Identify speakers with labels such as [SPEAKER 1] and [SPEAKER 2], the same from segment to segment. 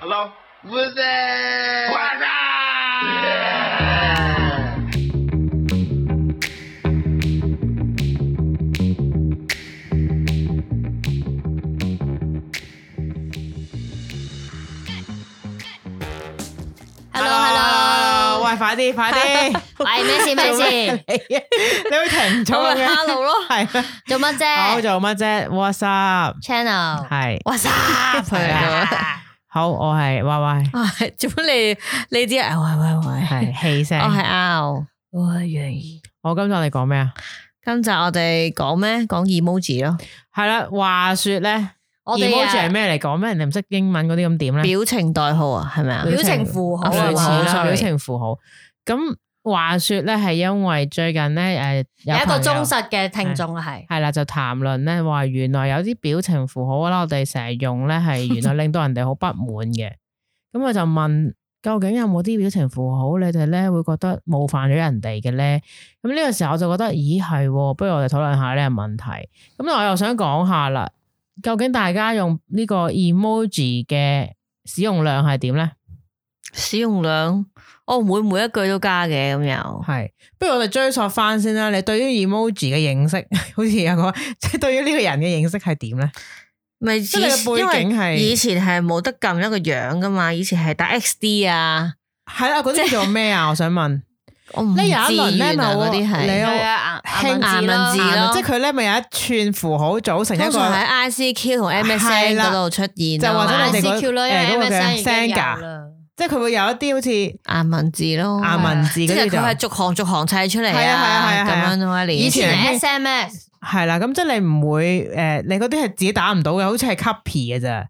[SPEAKER 1] Hello?
[SPEAKER 2] What's that?
[SPEAKER 1] What's up?
[SPEAKER 3] Hello Hello，
[SPEAKER 4] 喂，快啲，快啲，
[SPEAKER 3] 喂 咩事咩事？
[SPEAKER 4] 你你會停唔到
[SPEAKER 3] 咁咪
[SPEAKER 4] 嘅
[SPEAKER 3] hello 咯，
[SPEAKER 4] 係啦，
[SPEAKER 3] 做乜
[SPEAKER 4] 好
[SPEAKER 3] 啫
[SPEAKER 4] 做乜啫？What's up？
[SPEAKER 3] ？channel
[SPEAKER 4] 係
[SPEAKER 3] 哇塞佢啊！
[SPEAKER 4] 好，我係 Y
[SPEAKER 3] 啊做乜你你知啊？喂喂喂
[SPEAKER 4] Y，，係氣聲
[SPEAKER 3] 我。係 L，我係楊怡。
[SPEAKER 4] 我今集你講咩啊？
[SPEAKER 3] 今集我哋講咩？講 emoji 咯，
[SPEAKER 4] 係啦，話說咧
[SPEAKER 3] 我哋啊
[SPEAKER 4] ，emoji 係咩嚟講咩？人哋唔識英文嗰啲咁點咧？
[SPEAKER 3] 表情代號啊，係咪啊？
[SPEAKER 4] 表情
[SPEAKER 2] 符
[SPEAKER 3] 啊
[SPEAKER 4] 類似
[SPEAKER 3] 好
[SPEAKER 4] 啦，
[SPEAKER 3] sorry
[SPEAKER 4] 表情符號。咁話說咧，係因為最近咧，诶，
[SPEAKER 2] 有一
[SPEAKER 4] 朋
[SPEAKER 2] 個
[SPEAKER 4] 友
[SPEAKER 2] 忠實嘅聽眾啊，係
[SPEAKER 4] 係啦，就談論咧話，原來有啲表情符號啦，我哋成日用咧係原來令到人哋好不滿嘅。咁我就問，究竟有冇啲表情符號你哋咧會覺得冒犯咗人哋嘅咧？咁呢個時候我就覺得，咦係喎，不如我哋討論下呢個問題。咁我又想講下啦，究竟大家用呢個 emoji 嘅使用量係點咧？
[SPEAKER 3] 使用量，我唔會每一句都加嘅咁又。
[SPEAKER 4] 係，不如我哋追溯翻先啦。你對於 emoji 嘅 認識，好似有個即係對於呢個人嘅認識係點咧？
[SPEAKER 3] 咪以
[SPEAKER 4] 即係你嘅背景
[SPEAKER 3] 因
[SPEAKER 4] 係
[SPEAKER 3] 為以前係冇得撳一個樣噶嘛，以前係打 X D 啊，
[SPEAKER 4] 係啦，嗰啲叫做咩啊？我想問。
[SPEAKER 3] 我唔
[SPEAKER 4] 呢有一輪
[SPEAKER 3] 知
[SPEAKER 4] 咧
[SPEAKER 3] 原來嗰啲
[SPEAKER 4] 咪
[SPEAKER 3] 係
[SPEAKER 4] 有
[SPEAKER 2] 係啊，
[SPEAKER 4] 輕
[SPEAKER 2] 顏顏文
[SPEAKER 3] 顏
[SPEAKER 2] 字
[SPEAKER 3] 文字
[SPEAKER 2] 咯
[SPEAKER 3] 咯，
[SPEAKER 4] 即係佢咧咪有一串符號組成
[SPEAKER 3] 通
[SPEAKER 4] 一個，
[SPEAKER 3] 常喺
[SPEAKER 2] 啊
[SPEAKER 3] I C Q 同 M S N
[SPEAKER 4] 係啦
[SPEAKER 3] 嗰度出現
[SPEAKER 4] 就或
[SPEAKER 3] 啊
[SPEAKER 4] 者
[SPEAKER 3] 嘛
[SPEAKER 4] 你哋嗰
[SPEAKER 2] ICQ 咯，因
[SPEAKER 4] 誒嗰
[SPEAKER 2] 為
[SPEAKER 4] 個嘅
[SPEAKER 2] MSN 已經有
[SPEAKER 4] Senga
[SPEAKER 2] 啦。
[SPEAKER 4] 即係佢會有一啲好似
[SPEAKER 3] 顏文字咯，
[SPEAKER 4] 顏文字
[SPEAKER 3] 即
[SPEAKER 4] 嗰
[SPEAKER 3] 係
[SPEAKER 4] 啲
[SPEAKER 3] 佢係
[SPEAKER 4] 就
[SPEAKER 3] 逐行逐行砌出嚟
[SPEAKER 4] 係啊係啊係啊
[SPEAKER 3] 咁
[SPEAKER 4] 係啊
[SPEAKER 3] 樣咯，一年
[SPEAKER 2] 以前
[SPEAKER 4] 係
[SPEAKER 2] 係 SMS
[SPEAKER 4] 係啦。咁即係你唔會誒，你嗰啲係自己打唔到嘅，好似係 copy 嘅咋。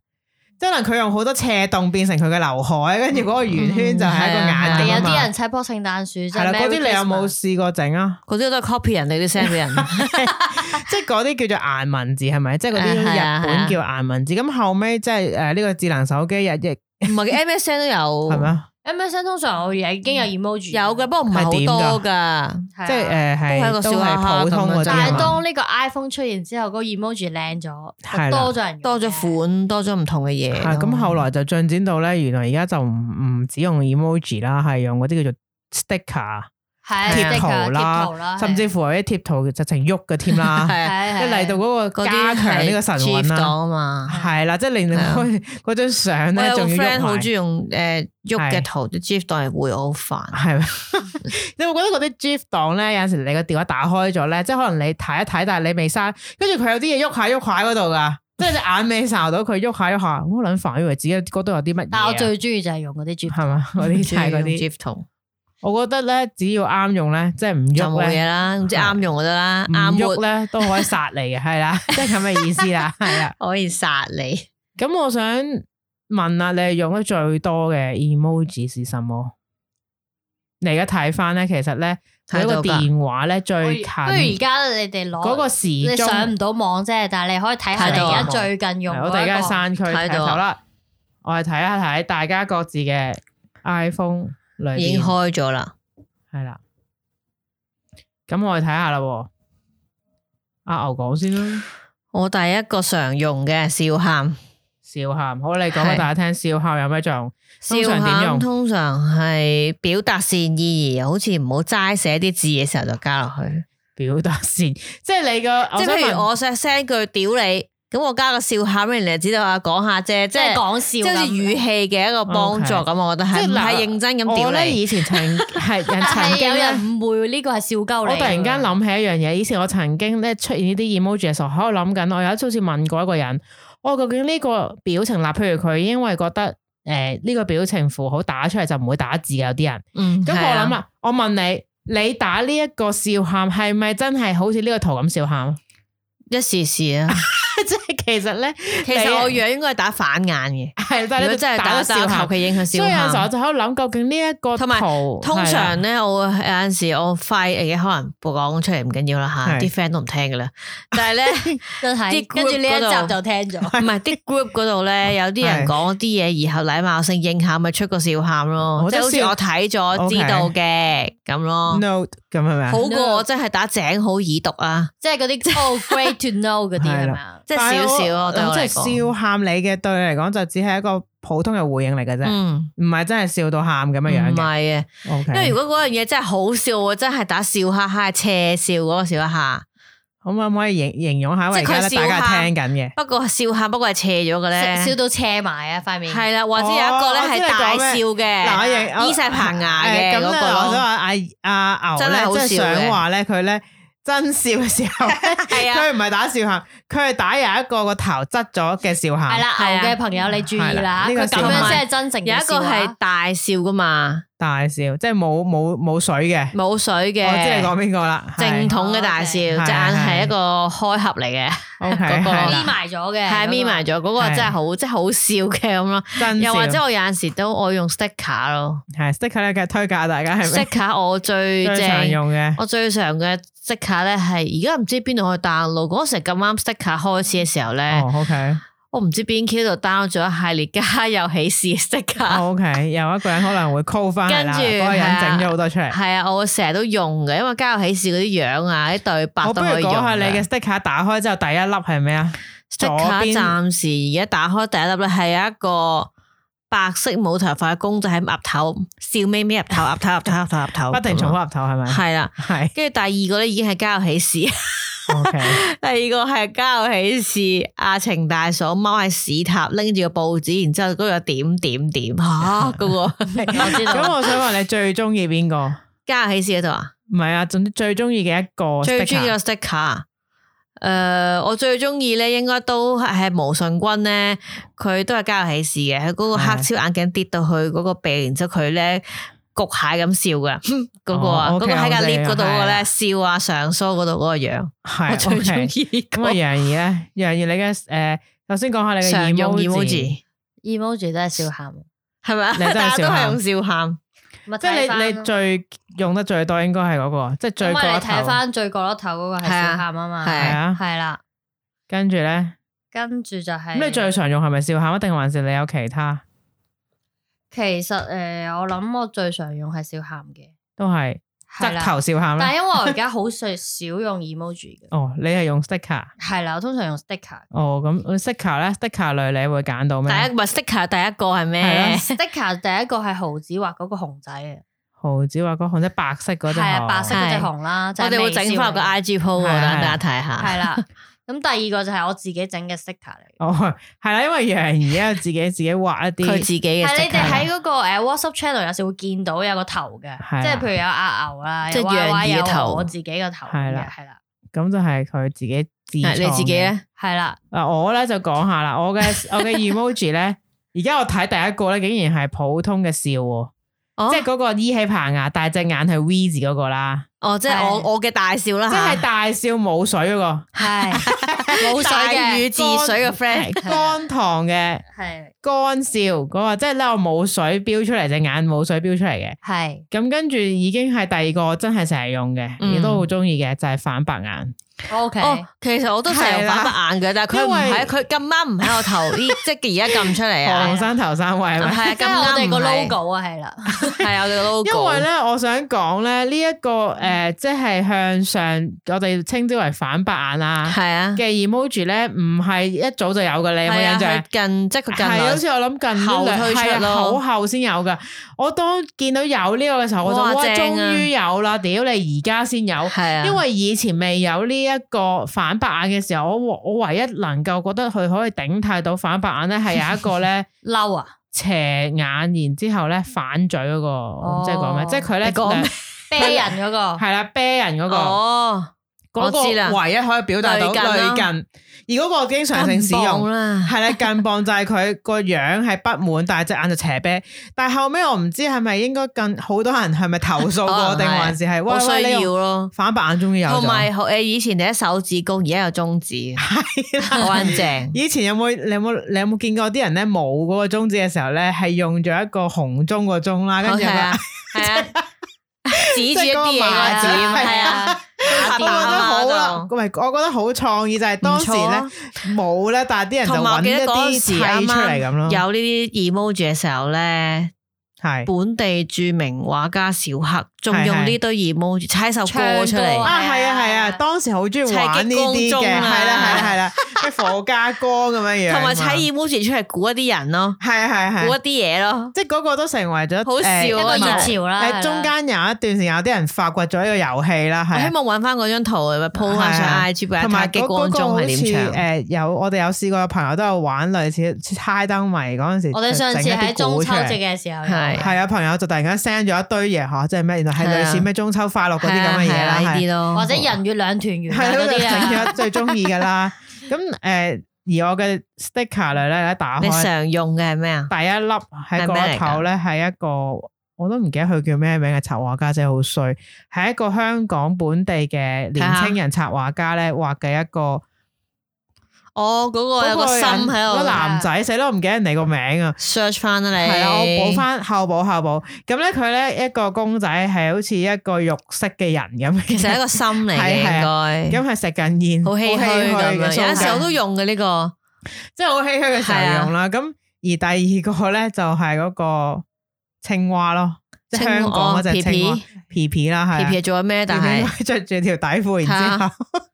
[SPEAKER 4] 即係可能佢用好多斜洞變成佢嘅劉海，跟住嗰個圓圈就係一個
[SPEAKER 3] 嗯係啊
[SPEAKER 4] 眼
[SPEAKER 3] 係啊
[SPEAKER 4] 睛啊
[SPEAKER 2] 有
[SPEAKER 4] 嘛
[SPEAKER 2] 啲人砌棵聖誕樹，
[SPEAKER 4] 係啦，嗰啲你有冇試過整啊？
[SPEAKER 3] 嗰啲都係 copy 人哋啲 send 俾 人，
[SPEAKER 2] 啊
[SPEAKER 4] 即係嗰啲叫做顏文字係咪？即係嗰啲
[SPEAKER 3] 啊係啊係
[SPEAKER 4] 日
[SPEAKER 3] 啊
[SPEAKER 4] 本叫顏文字。咁後尾即係誒呢個智能手機日益
[SPEAKER 3] 唔係嘅 M S N 都有，
[SPEAKER 2] 哦
[SPEAKER 4] 係咪啊？
[SPEAKER 2] MSN 通常我已經有 emoji，
[SPEAKER 3] 有嘅，不過唔係好
[SPEAKER 4] 係點㗎
[SPEAKER 3] 多㗎。
[SPEAKER 2] 係啊
[SPEAKER 4] 即係誒
[SPEAKER 3] 都係一個
[SPEAKER 4] 係
[SPEAKER 3] 小
[SPEAKER 4] 都
[SPEAKER 3] 哈哈
[SPEAKER 4] 係普通
[SPEAKER 3] 咁
[SPEAKER 4] 嗰啲
[SPEAKER 3] 樣啫
[SPEAKER 2] 但
[SPEAKER 4] 係
[SPEAKER 2] 係
[SPEAKER 4] 嘛
[SPEAKER 2] 當呢個 iPhone 出現之後，嗰個 emoji
[SPEAKER 4] 係
[SPEAKER 2] 靚
[SPEAKER 4] 啦
[SPEAKER 2] 咗，多咗人用嘅，
[SPEAKER 3] 多咗款，多咗唔同嘅嘢
[SPEAKER 4] 係
[SPEAKER 3] 咯。
[SPEAKER 4] 咁後來就進展到咧，原來而家就唔唔只用 emoji 啦，係用嗰啲叫做 sticker
[SPEAKER 2] 係
[SPEAKER 4] 貼
[SPEAKER 2] 即係
[SPEAKER 4] 圖
[SPEAKER 2] 貼圖
[SPEAKER 4] 啦，
[SPEAKER 2] 啦，
[SPEAKER 4] 甚至乎有啲貼圖直情喐嘅添啦。
[SPEAKER 3] 啊 係啊
[SPEAKER 2] 係
[SPEAKER 4] 一嚟到嗰個
[SPEAKER 3] 嗰
[SPEAKER 4] 加
[SPEAKER 3] 啲
[SPEAKER 4] 強呢個神韻啦，
[SPEAKER 3] 啊嘛。
[SPEAKER 4] 係啦，即係令到
[SPEAKER 3] 係啊
[SPEAKER 4] 嗰嗰張相
[SPEAKER 3] 我
[SPEAKER 4] 咧
[SPEAKER 3] 有個
[SPEAKER 4] 仲要
[SPEAKER 3] friend
[SPEAKER 4] 喐
[SPEAKER 3] 好
[SPEAKER 4] 埋
[SPEAKER 3] 中意用誒喐
[SPEAKER 4] 係
[SPEAKER 3] 嘅圖，啲 GIF 當係會我好煩。
[SPEAKER 4] 係咪？ 你會覺得嗰啲 GIF 檔咧，有陣時你個電話打開咗咧，即係可能你睇一睇，但係你未刪，跟住佢有啲嘢喐下喐下嗰度噶，即係你眼尾睄到佢喐下喐下，好撚煩，以為自己嗰度有啲乜嘢啊。
[SPEAKER 2] 但我最中意就係用嗰啲 G
[SPEAKER 4] 係嘛？嗰啲就係嗰啲。
[SPEAKER 3] GIF 圖
[SPEAKER 4] 我覺得咧，只要啱用咧，即係唔
[SPEAKER 3] 就冇
[SPEAKER 4] 喐
[SPEAKER 3] 嘢
[SPEAKER 4] 咧，
[SPEAKER 3] 啦，總之啱用就得啦，
[SPEAKER 4] 唔
[SPEAKER 3] 啱
[SPEAKER 4] 喐
[SPEAKER 3] 活
[SPEAKER 4] 咧都可以殺你嘅，係啦，即係咁嘅意思啦，係啦。
[SPEAKER 3] 可以殺你。
[SPEAKER 4] 咁我想問啊下，你係用得最多嘅 emoji 是什麼？你而家睇翻咧，其實咧喺
[SPEAKER 3] 睇
[SPEAKER 4] 個
[SPEAKER 3] 到㗎
[SPEAKER 4] 電話咧
[SPEAKER 2] 不
[SPEAKER 4] 最
[SPEAKER 2] 如
[SPEAKER 4] 近
[SPEAKER 2] 不如而家你哋攞
[SPEAKER 4] 嗰個時
[SPEAKER 2] 你上
[SPEAKER 4] 鐘
[SPEAKER 2] 唔，到網啫，但係你可以睇下
[SPEAKER 3] 睇
[SPEAKER 2] 你
[SPEAKER 3] 到啊
[SPEAKER 2] 而家最近用
[SPEAKER 4] 係
[SPEAKER 2] 嗰
[SPEAKER 4] 我
[SPEAKER 2] 一個
[SPEAKER 4] 哋而家喺山區
[SPEAKER 3] 睇
[SPEAKER 4] 睇
[SPEAKER 3] 到啊
[SPEAKER 4] 頭啦，我係睇一睇大家各自嘅 iPhone 裏
[SPEAKER 3] 已
[SPEAKER 4] 邊
[SPEAKER 3] 經開咗啦，
[SPEAKER 4] 係啦。咁我哋睇下啦喎，阿牛講先啦。
[SPEAKER 3] 我第一個常用嘅笑喊，
[SPEAKER 4] 笑喊，好你講俾
[SPEAKER 3] 係
[SPEAKER 4] 大家聽，笑喊有咩作用？通
[SPEAKER 3] 笑
[SPEAKER 4] 常點
[SPEAKER 3] 喊
[SPEAKER 4] 用
[SPEAKER 3] 通常係表達善意，而好似唔好齋寫啲字嘅時候就加落去。
[SPEAKER 4] 表達善， 即係你個，
[SPEAKER 3] 即係
[SPEAKER 4] 想
[SPEAKER 3] 譬如
[SPEAKER 4] 問
[SPEAKER 3] 我想 send 句屌你，咁我加個笑喊，人哋就知道啊講下啫，
[SPEAKER 2] 即
[SPEAKER 3] 即
[SPEAKER 2] 係
[SPEAKER 3] 係
[SPEAKER 2] 講
[SPEAKER 3] 即
[SPEAKER 2] 笑
[SPEAKER 3] 係
[SPEAKER 2] 咁，
[SPEAKER 3] 好似語氣嘅一個幫助
[SPEAKER 4] OK
[SPEAKER 3] 咁，我覺得
[SPEAKER 4] 即
[SPEAKER 3] 係
[SPEAKER 4] 係
[SPEAKER 3] 唔
[SPEAKER 4] 嗱
[SPEAKER 3] 係認真咁
[SPEAKER 4] 我
[SPEAKER 3] 屌
[SPEAKER 4] 咧
[SPEAKER 3] 你。
[SPEAKER 4] 以前 曾係人
[SPEAKER 2] 但
[SPEAKER 4] 曾
[SPEAKER 2] 係
[SPEAKER 4] 經
[SPEAKER 2] 有
[SPEAKER 4] 咧。
[SPEAKER 2] 人誤會呢個係笑鳩你。
[SPEAKER 4] 我突然間，諗起一樣嘢，以前我曾經咧出現呢啲 emoji 嘅時候，喺度諗緊，我有一次好似問過一個人，我究竟呢個表情啦，譬如佢因為覺得誒呢個表情符號打出嚟就唔會打字嘅有啲人，
[SPEAKER 3] 嗯，
[SPEAKER 4] 咁
[SPEAKER 3] 係
[SPEAKER 4] 我
[SPEAKER 3] 啊
[SPEAKER 4] 諗啦，我問你，你打呢一個笑喊係咪真係好似呢個圖咁笑喊？
[SPEAKER 3] 一時時啊，
[SPEAKER 4] 即係其實咧，
[SPEAKER 3] 其實
[SPEAKER 4] 啊
[SPEAKER 3] 我樣應該係打反眼嘅，
[SPEAKER 4] 係但
[SPEAKER 3] 如
[SPEAKER 4] 係
[SPEAKER 3] 果
[SPEAKER 4] 你
[SPEAKER 3] 真係打
[SPEAKER 4] 打咗
[SPEAKER 3] 打
[SPEAKER 4] 笑
[SPEAKER 3] 頭
[SPEAKER 4] 喊，
[SPEAKER 3] 佢影響笑
[SPEAKER 4] 所以有陣時我
[SPEAKER 3] 喊。
[SPEAKER 4] 就喺度諗，究竟呢一個
[SPEAKER 3] 同埋
[SPEAKER 4] 圖
[SPEAKER 3] 通
[SPEAKER 4] 係啊啦
[SPEAKER 3] 常咧，我會有陣時我快而家可能播講出嚟唔緊要啦吓，
[SPEAKER 4] 係
[SPEAKER 3] 啲 friend 都唔聽噶啦。但係 咧，
[SPEAKER 2] 真係
[SPEAKER 3] 啲
[SPEAKER 2] 跟住呢
[SPEAKER 3] group 嗰
[SPEAKER 2] 一
[SPEAKER 3] 度
[SPEAKER 2] 集就聽咗。
[SPEAKER 3] 唔係啲 group 嗰度咧，有啲人
[SPEAKER 4] 係
[SPEAKER 3] 講啲嘢，然後禮貌性應下，咪出個笑喊咯，
[SPEAKER 4] 我
[SPEAKER 3] 即係
[SPEAKER 4] 都
[SPEAKER 3] 好似
[SPEAKER 4] 笑
[SPEAKER 3] 我睇咗
[SPEAKER 4] 哦 OK
[SPEAKER 3] 知道嘅咁咯，
[SPEAKER 4] note 咁係咪啊
[SPEAKER 3] 好？過我真係打井好耳讀啊，
[SPEAKER 2] 即係嗰啲 oh great to know 嗰啲
[SPEAKER 4] 係啦
[SPEAKER 2] 係咪啊？
[SPEAKER 3] 即係少少咯對我嚟
[SPEAKER 4] 即
[SPEAKER 3] 講
[SPEAKER 4] 系笑喊你嘅，對你嚟講就只係一個普通嘅回應嚟嘅啫，
[SPEAKER 3] 嗯，
[SPEAKER 4] 唔係真係笑到喊咁
[SPEAKER 3] 唔
[SPEAKER 4] 樣樣
[SPEAKER 3] 係
[SPEAKER 4] 嘅。
[SPEAKER 3] 嘅，
[SPEAKER 4] O
[SPEAKER 3] 因為
[SPEAKER 4] K，
[SPEAKER 3] 如果嗰樣嘢真係好笑喎，真係打笑哈哈斜笑嗰個笑哈哈，
[SPEAKER 4] 可唔可唔可以形形容下？因為而
[SPEAKER 3] 即係佢
[SPEAKER 4] 家咧大家
[SPEAKER 3] 笑喊
[SPEAKER 4] 係聽緊嘅。
[SPEAKER 3] 不過笑哈不過係斜咗嘅
[SPEAKER 2] 食笑
[SPEAKER 3] 咧，
[SPEAKER 2] 到斜埋啊塊面，
[SPEAKER 3] 係啦，或者有一個
[SPEAKER 4] 哦我知
[SPEAKER 3] 咧
[SPEAKER 4] 你
[SPEAKER 3] 係大
[SPEAKER 4] 講咩
[SPEAKER 3] 笑
[SPEAKER 4] 嗱，我認
[SPEAKER 3] 嘅，
[SPEAKER 4] 我
[SPEAKER 3] 醫晒棚牙嘅
[SPEAKER 4] 誒咁
[SPEAKER 3] 嗰
[SPEAKER 4] 咧，
[SPEAKER 3] 個
[SPEAKER 4] 我想
[SPEAKER 3] 咯，
[SPEAKER 4] 話阿
[SPEAKER 3] 真
[SPEAKER 4] 阿牛
[SPEAKER 3] 係好
[SPEAKER 4] 咧，即係
[SPEAKER 3] 笑嘅
[SPEAKER 4] 想話咧，佢咧真笑嘅時候呢，
[SPEAKER 3] 係啊
[SPEAKER 4] 佢唔係打笑喊，佢係打有一個個頭側咗嘅笑喊。
[SPEAKER 2] 係啦，
[SPEAKER 3] 係啊
[SPEAKER 2] 牛嘅朋友你注意
[SPEAKER 4] 係啦
[SPEAKER 2] 啦，
[SPEAKER 4] 呢個
[SPEAKER 2] 佢
[SPEAKER 4] 笑
[SPEAKER 2] 咁樣
[SPEAKER 4] 話
[SPEAKER 2] 先係真正
[SPEAKER 3] 有
[SPEAKER 2] 嘅
[SPEAKER 3] 一個
[SPEAKER 4] 啊
[SPEAKER 2] 笑話
[SPEAKER 3] 係大笑噶嘛，
[SPEAKER 4] 大笑，即係冇冇冇水嘅。
[SPEAKER 3] 冇水嘅，
[SPEAKER 4] 我知你講邊個啦，
[SPEAKER 3] 正
[SPEAKER 4] 係
[SPEAKER 3] 統嘅大
[SPEAKER 2] 哦
[SPEAKER 3] 笑，隻
[SPEAKER 2] ，OK
[SPEAKER 3] 眼係一個開合嚟嘅，
[SPEAKER 4] OK
[SPEAKER 3] 嗰個
[SPEAKER 4] 係啊
[SPEAKER 2] 眯
[SPEAKER 4] 啦，
[SPEAKER 2] 埋咗嘅，
[SPEAKER 3] 係啊眯埋咗，嗰個
[SPEAKER 4] 係
[SPEAKER 3] 真係好，即係好笑嘅咁咯。
[SPEAKER 4] 真
[SPEAKER 3] 又或
[SPEAKER 4] 笑
[SPEAKER 3] 者我有陣時都我用 sticker 咯
[SPEAKER 4] 係 sticker 咧，梗係推介大家係咪
[SPEAKER 3] ，sticker 我最
[SPEAKER 4] 最常
[SPEAKER 3] 正，
[SPEAKER 4] 用嘅？
[SPEAKER 3] 我最常嘅 sticker 咧係而家唔知邊度去 download，嗰時咁啱 sticker 開始嘅時候咧，
[SPEAKER 4] 哦，OK，OK，
[SPEAKER 3] 我唔知邊 Q 度 download 咗一系列家有喜事嘅 sticker，
[SPEAKER 4] 哦有一個人可能會 call 翻嚟啦，
[SPEAKER 3] 跟住
[SPEAKER 4] 嗰個
[SPEAKER 3] 係
[SPEAKER 4] 人
[SPEAKER 3] 啊
[SPEAKER 4] 整咗好多出嚟。
[SPEAKER 3] 係啊，我成日都用嘅，因為家有喜事嗰啲樣啊，啲對白
[SPEAKER 4] 我
[SPEAKER 3] 都
[SPEAKER 4] 不如
[SPEAKER 3] 可以用
[SPEAKER 4] 講下你
[SPEAKER 3] 嘅。
[SPEAKER 4] 嘅 sticker 打開之後第一粒係咩啊？左
[SPEAKER 3] sticker
[SPEAKER 4] 邊
[SPEAKER 3] 暫時而家打開第一粒咧係一個。白色冇頭髮嘅公仔喺鴨頭笑眯眯鴨頭鴨頭鴨頭鴨頭鴨頭，
[SPEAKER 4] 不停重複入頭係咪？
[SPEAKER 3] 係啦，
[SPEAKER 4] 係
[SPEAKER 3] 跟住第二個咧已經係家有喜事，
[SPEAKER 4] ，OK，
[SPEAKER 3] 第二個係家有喜事，阿程大嫂踎喺屎塔拎住個報紙，然之後嗰個點點點吓嗰 個
[SPEAKER 2] 我知
[SPEAKER 4] 咁
[SPEAKER 2] 道。
[SPEAKER 4] 我想問你最中意邊個？
[SPEAKER 3] 家有喜事嗰度啊，
[SPEAKER 4] 唔係啊，總之最中意嘅一個
[SPEAKER 3] 最中意個
[SPEAKER 4] sticker。
[SPEAKER 3] sticker 啊。誒、我最中意咧，應該都係係毛舜筠咧，佢都係家有喜事嘅，佢嗰個黑超眼鏡跌到去嗰個鼻，然之後佢咧焗蟹咁笑嘅， 哼嗰、個啊，
[SPEAKER 4] 哦
[SPEAKER 3] 嗰、
[SPEAKER 4] ，OK，
[SPEAKER 3] 個喺架
[SPEAKER 4] 我知
[SPEAKER 3] lift 嗰度嗰個
[SPEAKER 4] 係啊
[SPEAKER 3] 咧笑啊上梳嗰度嗰個樣，
[SPEAKER 4] 係
[SPEAKER 3] 我最中
[SPEAKER 4] OK
[SPEAKER 3] 意嗰
[SPEAKER 4] 咁啊，
[SPEAKER 3] 個
[SPEAKER 4] 楊怡咧，楊怡你嘅誒，首先講下你
[SPEAKER 3] 常
[SPEAKER 4] 嘅
[SPEAKER 3] 用
[SPEAKER 4] emoji，
[SPEAKER 3] emoji
[SPEAKER 2] emoji 都係笑喊，唔
[SPEAKER 3] 係咪啊？
[SPEAKER 4] 你真 係
[SPEAKER 3] 大家都
[SPEAKER 4] 笑喊
[SPEAKER 3] 係用笑喊，
[SPEAKER 2] 係
[SPEAKER 4] 即係你
[SPEAKER 2] 睇
[SPEAKER 4] 你
[SPEAKER 2] 返
[SPEAKER 4] 最用得最多應該係嗰個，即係最
[SPEAKER 2] 因為
[SPEAKER 4] 角
[SPEAKER 2] 你
[SPEAKER 4] 落
[SPEAKER 2] 睇
[SPEAKER 4] 頭。
[SPEAKER 2] 翻最角落頭嗰個係
[SPEAKER 3] 係啊
[SPEAKER 2] 笑喊啊嘛，
[SPEAKER 3] 係
[SPEAKER 4] 係啊
[SPEAKER 2] 係啦，
[SPEAKER 4] 跟住咧，
[SPEAKER 2] 跟住就係
[SPEAKER 4] 咁你最常用係咪笑喊，啊定還是你有其他？
[SPEAKER 2] 其實诶，呃我諗我最常用係笑喊嘅，
[SPEAKER 4] 都係
[SPEAKER 2] 係
[SPEAKER 4] 側
[SPEAKER 2] 啦，
[SPEAKER 4] 頭笑喊
[SPEAKER 2] 但係
[SPEAKER 4] 啦。
[SPEAKER 2] 因為我而家好少 少用 emoji 嘅，
[SPEAKER 4] 哦，你係用 sticker。
[SPEAKER 2] 係啦，我通常 用 sticker。
[SPEAKER 4] 哦，咁 sticker 咧，sticker 類你會揀到咩？
[SPEAKER 3] 第一咪 sticker 第一個係
[SPEAKER 4] 係
[SPEAKER 3] 咩
[SPEAKER 4] 啊？
[SPEAKER 2] sticker 第一個係毫子畫嗰個熊仔啊嘅，
[SPEAKER 4] 毫子啊話嗰紅即係白色嗰隻
[SPEAKER 2] 係啊，
[SPEAKER 4] 熊，
[SPEAKER 2] 白色嗰隻熊啦，就
[SPEAKER 3] 我
[SPEAKER 2] 係
[SPEAKER 3] 哋會整翻個
[SPEAKER 2] 微笑嚟
[SPEAKER 3] IG p o
[SPEAKER 4] 係啊
[SPEAKER 3] 等大家睇
[SPEAKER 2] 嘅
[SPEAKER 3] 下。
[SPEAKER 2] 係啦。咁第二個就係我自己整嘅 sticker 嚟嘅。
[SPEAKER 4] 哦，係啦，因為楊怡咧自己自己畫一
[SPEAKER 3] 佢自
[SPEAKER 4] 啲，
[SPEAKER 3] 己嘅
[SPEAKER 2] 係
[SPEAKER 3] sticker，
[SPEAKER 2] 你哋喺嗰個誒 WhatsApp channel 有時會見到有個頭嘅
[SPEAKER 4] 係啊，
[SPEAKER 2] 即係譬如有阿牛啦，
[SPEAKER 3] 即係
[SPEAKER 2] 有 Y Y
[SPEAKER 3] 楊怡嘅
[SPEAKER 2] 有
[SPEAKER 3] 頭
[SPEAKER 2] 我自己嘅頭
[SPEAKER 4] 係
[SPEAKER 2] 嘅，
[SPEAKER 4] 啦
[SPEAKER 2] 係啦，
[SPEAKER 4] 咁就係佢自己自
[SPEAKER 3] 係你自己
[SPEAKER 4] 咧。
[SPEAKER 3] 咧，
[SPEAKER 2] 係啦，
[SPEAKER 4] 嗱，我咧就講下啦，我嘅我嘅 emoji 咧，而家我睇第一個咧，竟然係普通嘅笑喎，
[SPEAKER 3] 哦
[SPEAKER 4] 即
[SPEAKER 3] 即
[SPEAKER 4] 係嗰個依起棚牙，但係隻眼係 V 字嗰個啦，
[SPEAKER 3] 哦，即係
[SPEAKER 2] 係
[SPEAKER 3] 我我嘅大笑啦
[SPEAKER 4] 即
[SPEAKER 3] 嚇
[SPEAKER 4] 係大笑冇水嗰個，
[SPEAKER 2] 係 冇
[SPEAKER 3] 大禹
[SPEAKER 2] 水嘅，
[SPEAKER 3] 治水嘅 friend，
[SPEAKER 4] 係乾糖嘅
[SPEAKER 2] 係
[SPEAKER 4] 乾笑嗰個，即係咧我冇水飆出嚟，隻眼冇水飆出嚟嘅。
[SPEAKER 2] 係
[SPEAKER 4] 咁跟住已經係第二個真係成日用嘅，
[SPEAKER 3] 嗯
[SPEAKER 4] 亦都好中意嘅，就係反白眼。
[SPEAKER 2] O K，
[SPEAKER 3] 哦，其實我都成日反白眼嘅，但係佢唔
[SPEAKER 4] 因為
[SPEAKER 3] 喺，佢咁啱唔喺我頭， 咦即係而家撳出嚟啊
[SPEAKER 4] 唐，山頭三位係咪？
[SPEAKER 3] 係啊，
[SPEAKER 2] 即
[SPEAKER 3] 咁
[SPEAKER 2] 係我
[SPEAKER 3] 啱
[SPEAKER 2] 哋
[SPEAKER 3] 唔
[SPEAKER 2] 個
[SPEAKER 3] 係
[SPEAKER 2] logo 啊，係啦，
[SPEAKER 3] 係啊，我哋個 logo，
[SPEAKER 4] 因為咧，我想講咧，呢、一個誒、
[SPEAKER 3] 嗯
[SPEAKER 4] 呃即係向上，我哋稱之為反白眼啦
[SPEAKER 3] 係啊，
[SPEAKER 4] 嘅 emoji 咧，唔係一早就有嘅，你有
[SPEAKER 3] 係
[SPEAKER 4] 冇
[SPEAKER 3] 啊，
[SPEAKER 4] 印象
[SPEAKER 3] 佢？近即係佢近
[SPEAKER 4] 係好
[SPEAKER 3] 來
[SPEAKER 4] 似我諗近呢
[SPEAKER 3] 後
[SPEAKER 4] 兩
[SPEAKER 3] 推出
[SPEAKER 4] 係啊
[SPEAKER 3] 咯
[SPEAKER 4] 好後先有嘅。我當見到有呢個嘅時候，我就
[SPEAKER 3] 哇
[SPEAKER 4] 哇，
[SPEAKER 3] 正啊
[SPEAKER 4] 終於有啦！屌你而家先有，
[SPEAKER 3] 係啊，
[SPEAKER 4] 因為以前未有呢一個反白眼嘅時候，我我唯一能夠覺得佢可以頂替到反白眼咧，係有一個咧
[SPEAKER 2] 嬲啊，
[SPEAKER 4] 斜眼，然之後咧反嘴嗰、個，我唔知係講咩，即係佢咧
[SPEAKER 3] 嗯哦你講咩
[SPEAKER 4] 兩
[SPEAKER 2] 啤人嗰個
[SPEAKER 4] 係啦啤人嗰、個
[SPEAKER 3] 哦，
[SPEAKER 4] 嗰、
[SPEAKER 3] 我知啦
[SPEAKER 4] 個唯一可以表達到
[SPEAKER 3] 類近啦
[SPEAKER 4] 類近，而嗰個經常性使
[SPEAKER 3] 咁
[SPEAKER 4] 用
[SPEAKER 3] 棒。啦，
[SPEAKER 4] 系啦，近磅就係佢個樣係不滿，但係隻眼就斜啤。但係後尾我唔知係咪應該更好多人係咪投訴過，
[SPEAKER 3] 哦可能係
[SPEAKER 4] 定還是係
[SPEAKER 3] 我
[SPEAKER 4] 喂
[SPEAKER 3] 需
[SPEAKER 4] 喂
[SPEAKER 3] 要
[SPEAKER 4] 你用
[SPEAKER 3] 咯。
[SPEAKER 4] 反白眼終於有
[SPEAKER 3] 同埋
[SPEAKER 4] 咗。
[SPEAKER 3] 誒，以前你一手指公，而家有中 指，好撚正。
[SPEAKER 4] 以前有冇你有冇你有冇見過啲人咧冇嗰個中指嘅時候咧，係用咗一個紅中個中啦，跟
[SPEAKER 3] 好
[SPEAKER 4] 住有
[SPEAKER 3] 係
[SPEAKER 4] 個
[SPEAKER 3] 啊，係啊，指住一啲嘢
[SPEAKER 4] 啊
[SPEAKER 3] 個
[SPEAKER 4] 即
[SPEAKER 3] 指，
[SPEAKER 4] 係嗰個馬
[SPEAKER 3] 係啊，
[SPEAKER 2] 打
[SPEAKER 4] 我覺
[SPEAKER 2] 電
[SPEAKER 4] 得
[SPEAKER 2] 話
[SPEAKER 4] 好啦
[SPEAKER 3] 啊，
[SPEAKER 4] 唔係我覺得好創意，就係當時
[SPEAKER 3] 唔錯啊
[SPEAKER 4] 咧冇咧，但係啲人就
[SPEAKER 3] 同埋我
[SPEAKER 4] 揾
[SPEAKER 3] 記
[SPEAKER 4] 一
[SPEAKER 3] 得嗰
[SPEAKER 4] 啲
[SPEAKER 3] 陣時
[SPEAKER 4] 砌
[SPEAKER 3] 啱
[SPEAKER 4] 出嚟咁
[SPEAKER 3] 啱
[SPEAKER 4] 咯，
[SPEAKER 3] 有呢啲 emoji 嘅時候咧，
[SPEAKER 4] 係
[SPEAKER 3] 本地著名畫家小黑仲
[SPEAKER 4] 係
[SPEAKER 3] 用
[SPEAKER 4] 係
[SPEAKER 3] 呢堆 emoji 猜首歌出
[SPEAKER 2] 唱歌
[SPEAKER 3] 嚟
[SPEAKER 2] 啊。
[SPEAKER 4] 啊，係啊，係啊，當時好中意玩呢啲
[SPEAKER 3] 砌激
[SPEAKER 4] 嘅，
[SPEAKER 3] 光鐘
[SPEAKER 4] 係
[SPEAKER 3] 啊
[SPEAKER 4] 啦，係啦，係啦，咩火加光咁樣樣啊嘛，
[SPEAKER 3] 同埋砌 emoji 出嚟估一啲人咯，
[SPEAKER 4] 係啊，係啊
[SPEAKER 3] 估
[SPEAKER 4] 係
[SPEAKER 3] 一
[SPEAKER 4] 啊，
[SPEAKER 3] 啲嘢咯，
[SPEAKER 4] 即係嗰個都成為咗
[SPEAKER 3] 好笑啊
[SPEAKER 2] 一個熱潮啦，係啦
[SPEAKER 4] 誒，中間有一段時間有啲人發掘咗呢個遊戲啦，
[SPEAKER 3] 我
[SPEAKER 4] 係
[SPEAKER 3] 希
[SPEAKER 4] 啊。
[SPEAKER 3] 望揾翻嗰張圖咪 po 翻
[SPEAKER 4] 係啊
[SPEAKER 3] 上 IG 俾人
[SPEAKER 4] 同
[SPEAKER 3] 睇下
[SPEAKER 4] 埋
[SPEAKER 3] 激
[SPEAKER 4] 嗰
[SPEAKER 3] 光
[SPEAKER 4] 嗰個好
[SPEAKER 3] 鐘
[SPEAKER 4] 似
[SPEAKER 3] 係點唱。
[SPEAKER 4] 誒有我哋有試過有朋友都有玩類似似猜燈謎嗰陣時，
[SPEAKER 2] 我哋上次
[SPEAKER 4] 就整一
[SPEAKER 2] 喺
[SPEAKER 4] 啲
[SPEAKER 2] 中
[SPEAKER 4] 鼓
[SPEAKER 2] 秋
[SPEAKER 4] 出嚟
[SPEAKER 2] 節嘅時候有，
[SPEAKER 3] 係
[SPEAKER 4] 係啊，朋友就突然間 send 咗一堆嘢嚇，即係咩？原來係類似咩中秋快樂嗰啲咁嘅嘢啦，
[SPEAKER 3] 係啊呢
[SPEAKER 4] 係
[SPEAKER 3] 啲咯，
[SPEAKER 2] 或者人月兩團圓啊
[SPEAKER 4] 係
[SPEAKER 2] 嗰
[SPEAKER 4] 咯，
[SPEAKER 2] 啲
[SPEAKER 4] 整
[SPEAKER 2] 啊，
[SPEAKER 4] 咗最中意嘅啦。咁誒，而我嘅 sticker 類咧，一打
[SPEAKER 3] 你
[SPEAKER 4] 開
[SPEAKER 3] 常用嘅係咩啊？
[SPEAKER 4] 第一粒喺嗰頭咧，係一個我都唔記得佢叫咩名嘅啊插畫家，真係好衰，係一個香港本地嘅年青人插畫家咧畫嘅一個。
[SPEAKER 3] 哦，嗰個有個心
[SPEAKER 4] 嗰個人
[SPEAKER 3] 喺
[SPEAKER 4] 嗰個
[SPEAKER 3] 度
[SPEAKER 4] 男仔死啦，我唔記得人哋個名啊。
[SPEAKER 3] search 翻啦你。
[SPEAKER 4] 係啊，我補翻後補後補。咁咧佢咧一個公仔係好似一個肉色嘅人咁樣，
[SPEAKER 3] 其實係一 個心嚟嘅，
[SPEAKER 4] 係啊
[SPEAKER 3] 應該
[SPEAKER 4] 咁係食緊煙，
[SPEAKER 3] 好唏噓咁
[SPEAKER 4] 嘅
[SPEAKER 3] 樣。有時候
[SPEAKER 4] 蘇
[SPEAKER 3] 我
[SPEAKER 4] 格
[SPEAKER 3] 都用嘅呢個，
[SPEAKER 4] 即係好唏噓嘅時
[SPEAKER 3] 係啊
[SPEAKER 4] 候用啦。咁而第二個咧就係嗰個青蛙咯，即係
[SPEAKER 3] 青蛙
[SPEAKER 4] 香港嗰隻青蛙
[SPEAKER 3] 哦
[SPEAKER 4] 皮皮啦，係
[SPEAKER 3] 皮
[SPEAKER 4] 啊
[SPEAKER 3] 皮做緊咩？但
[SPEAKER 4] 皮
[SPEAKER 3] 係
[SPEAKER 4] 皮着住條底褲，然之後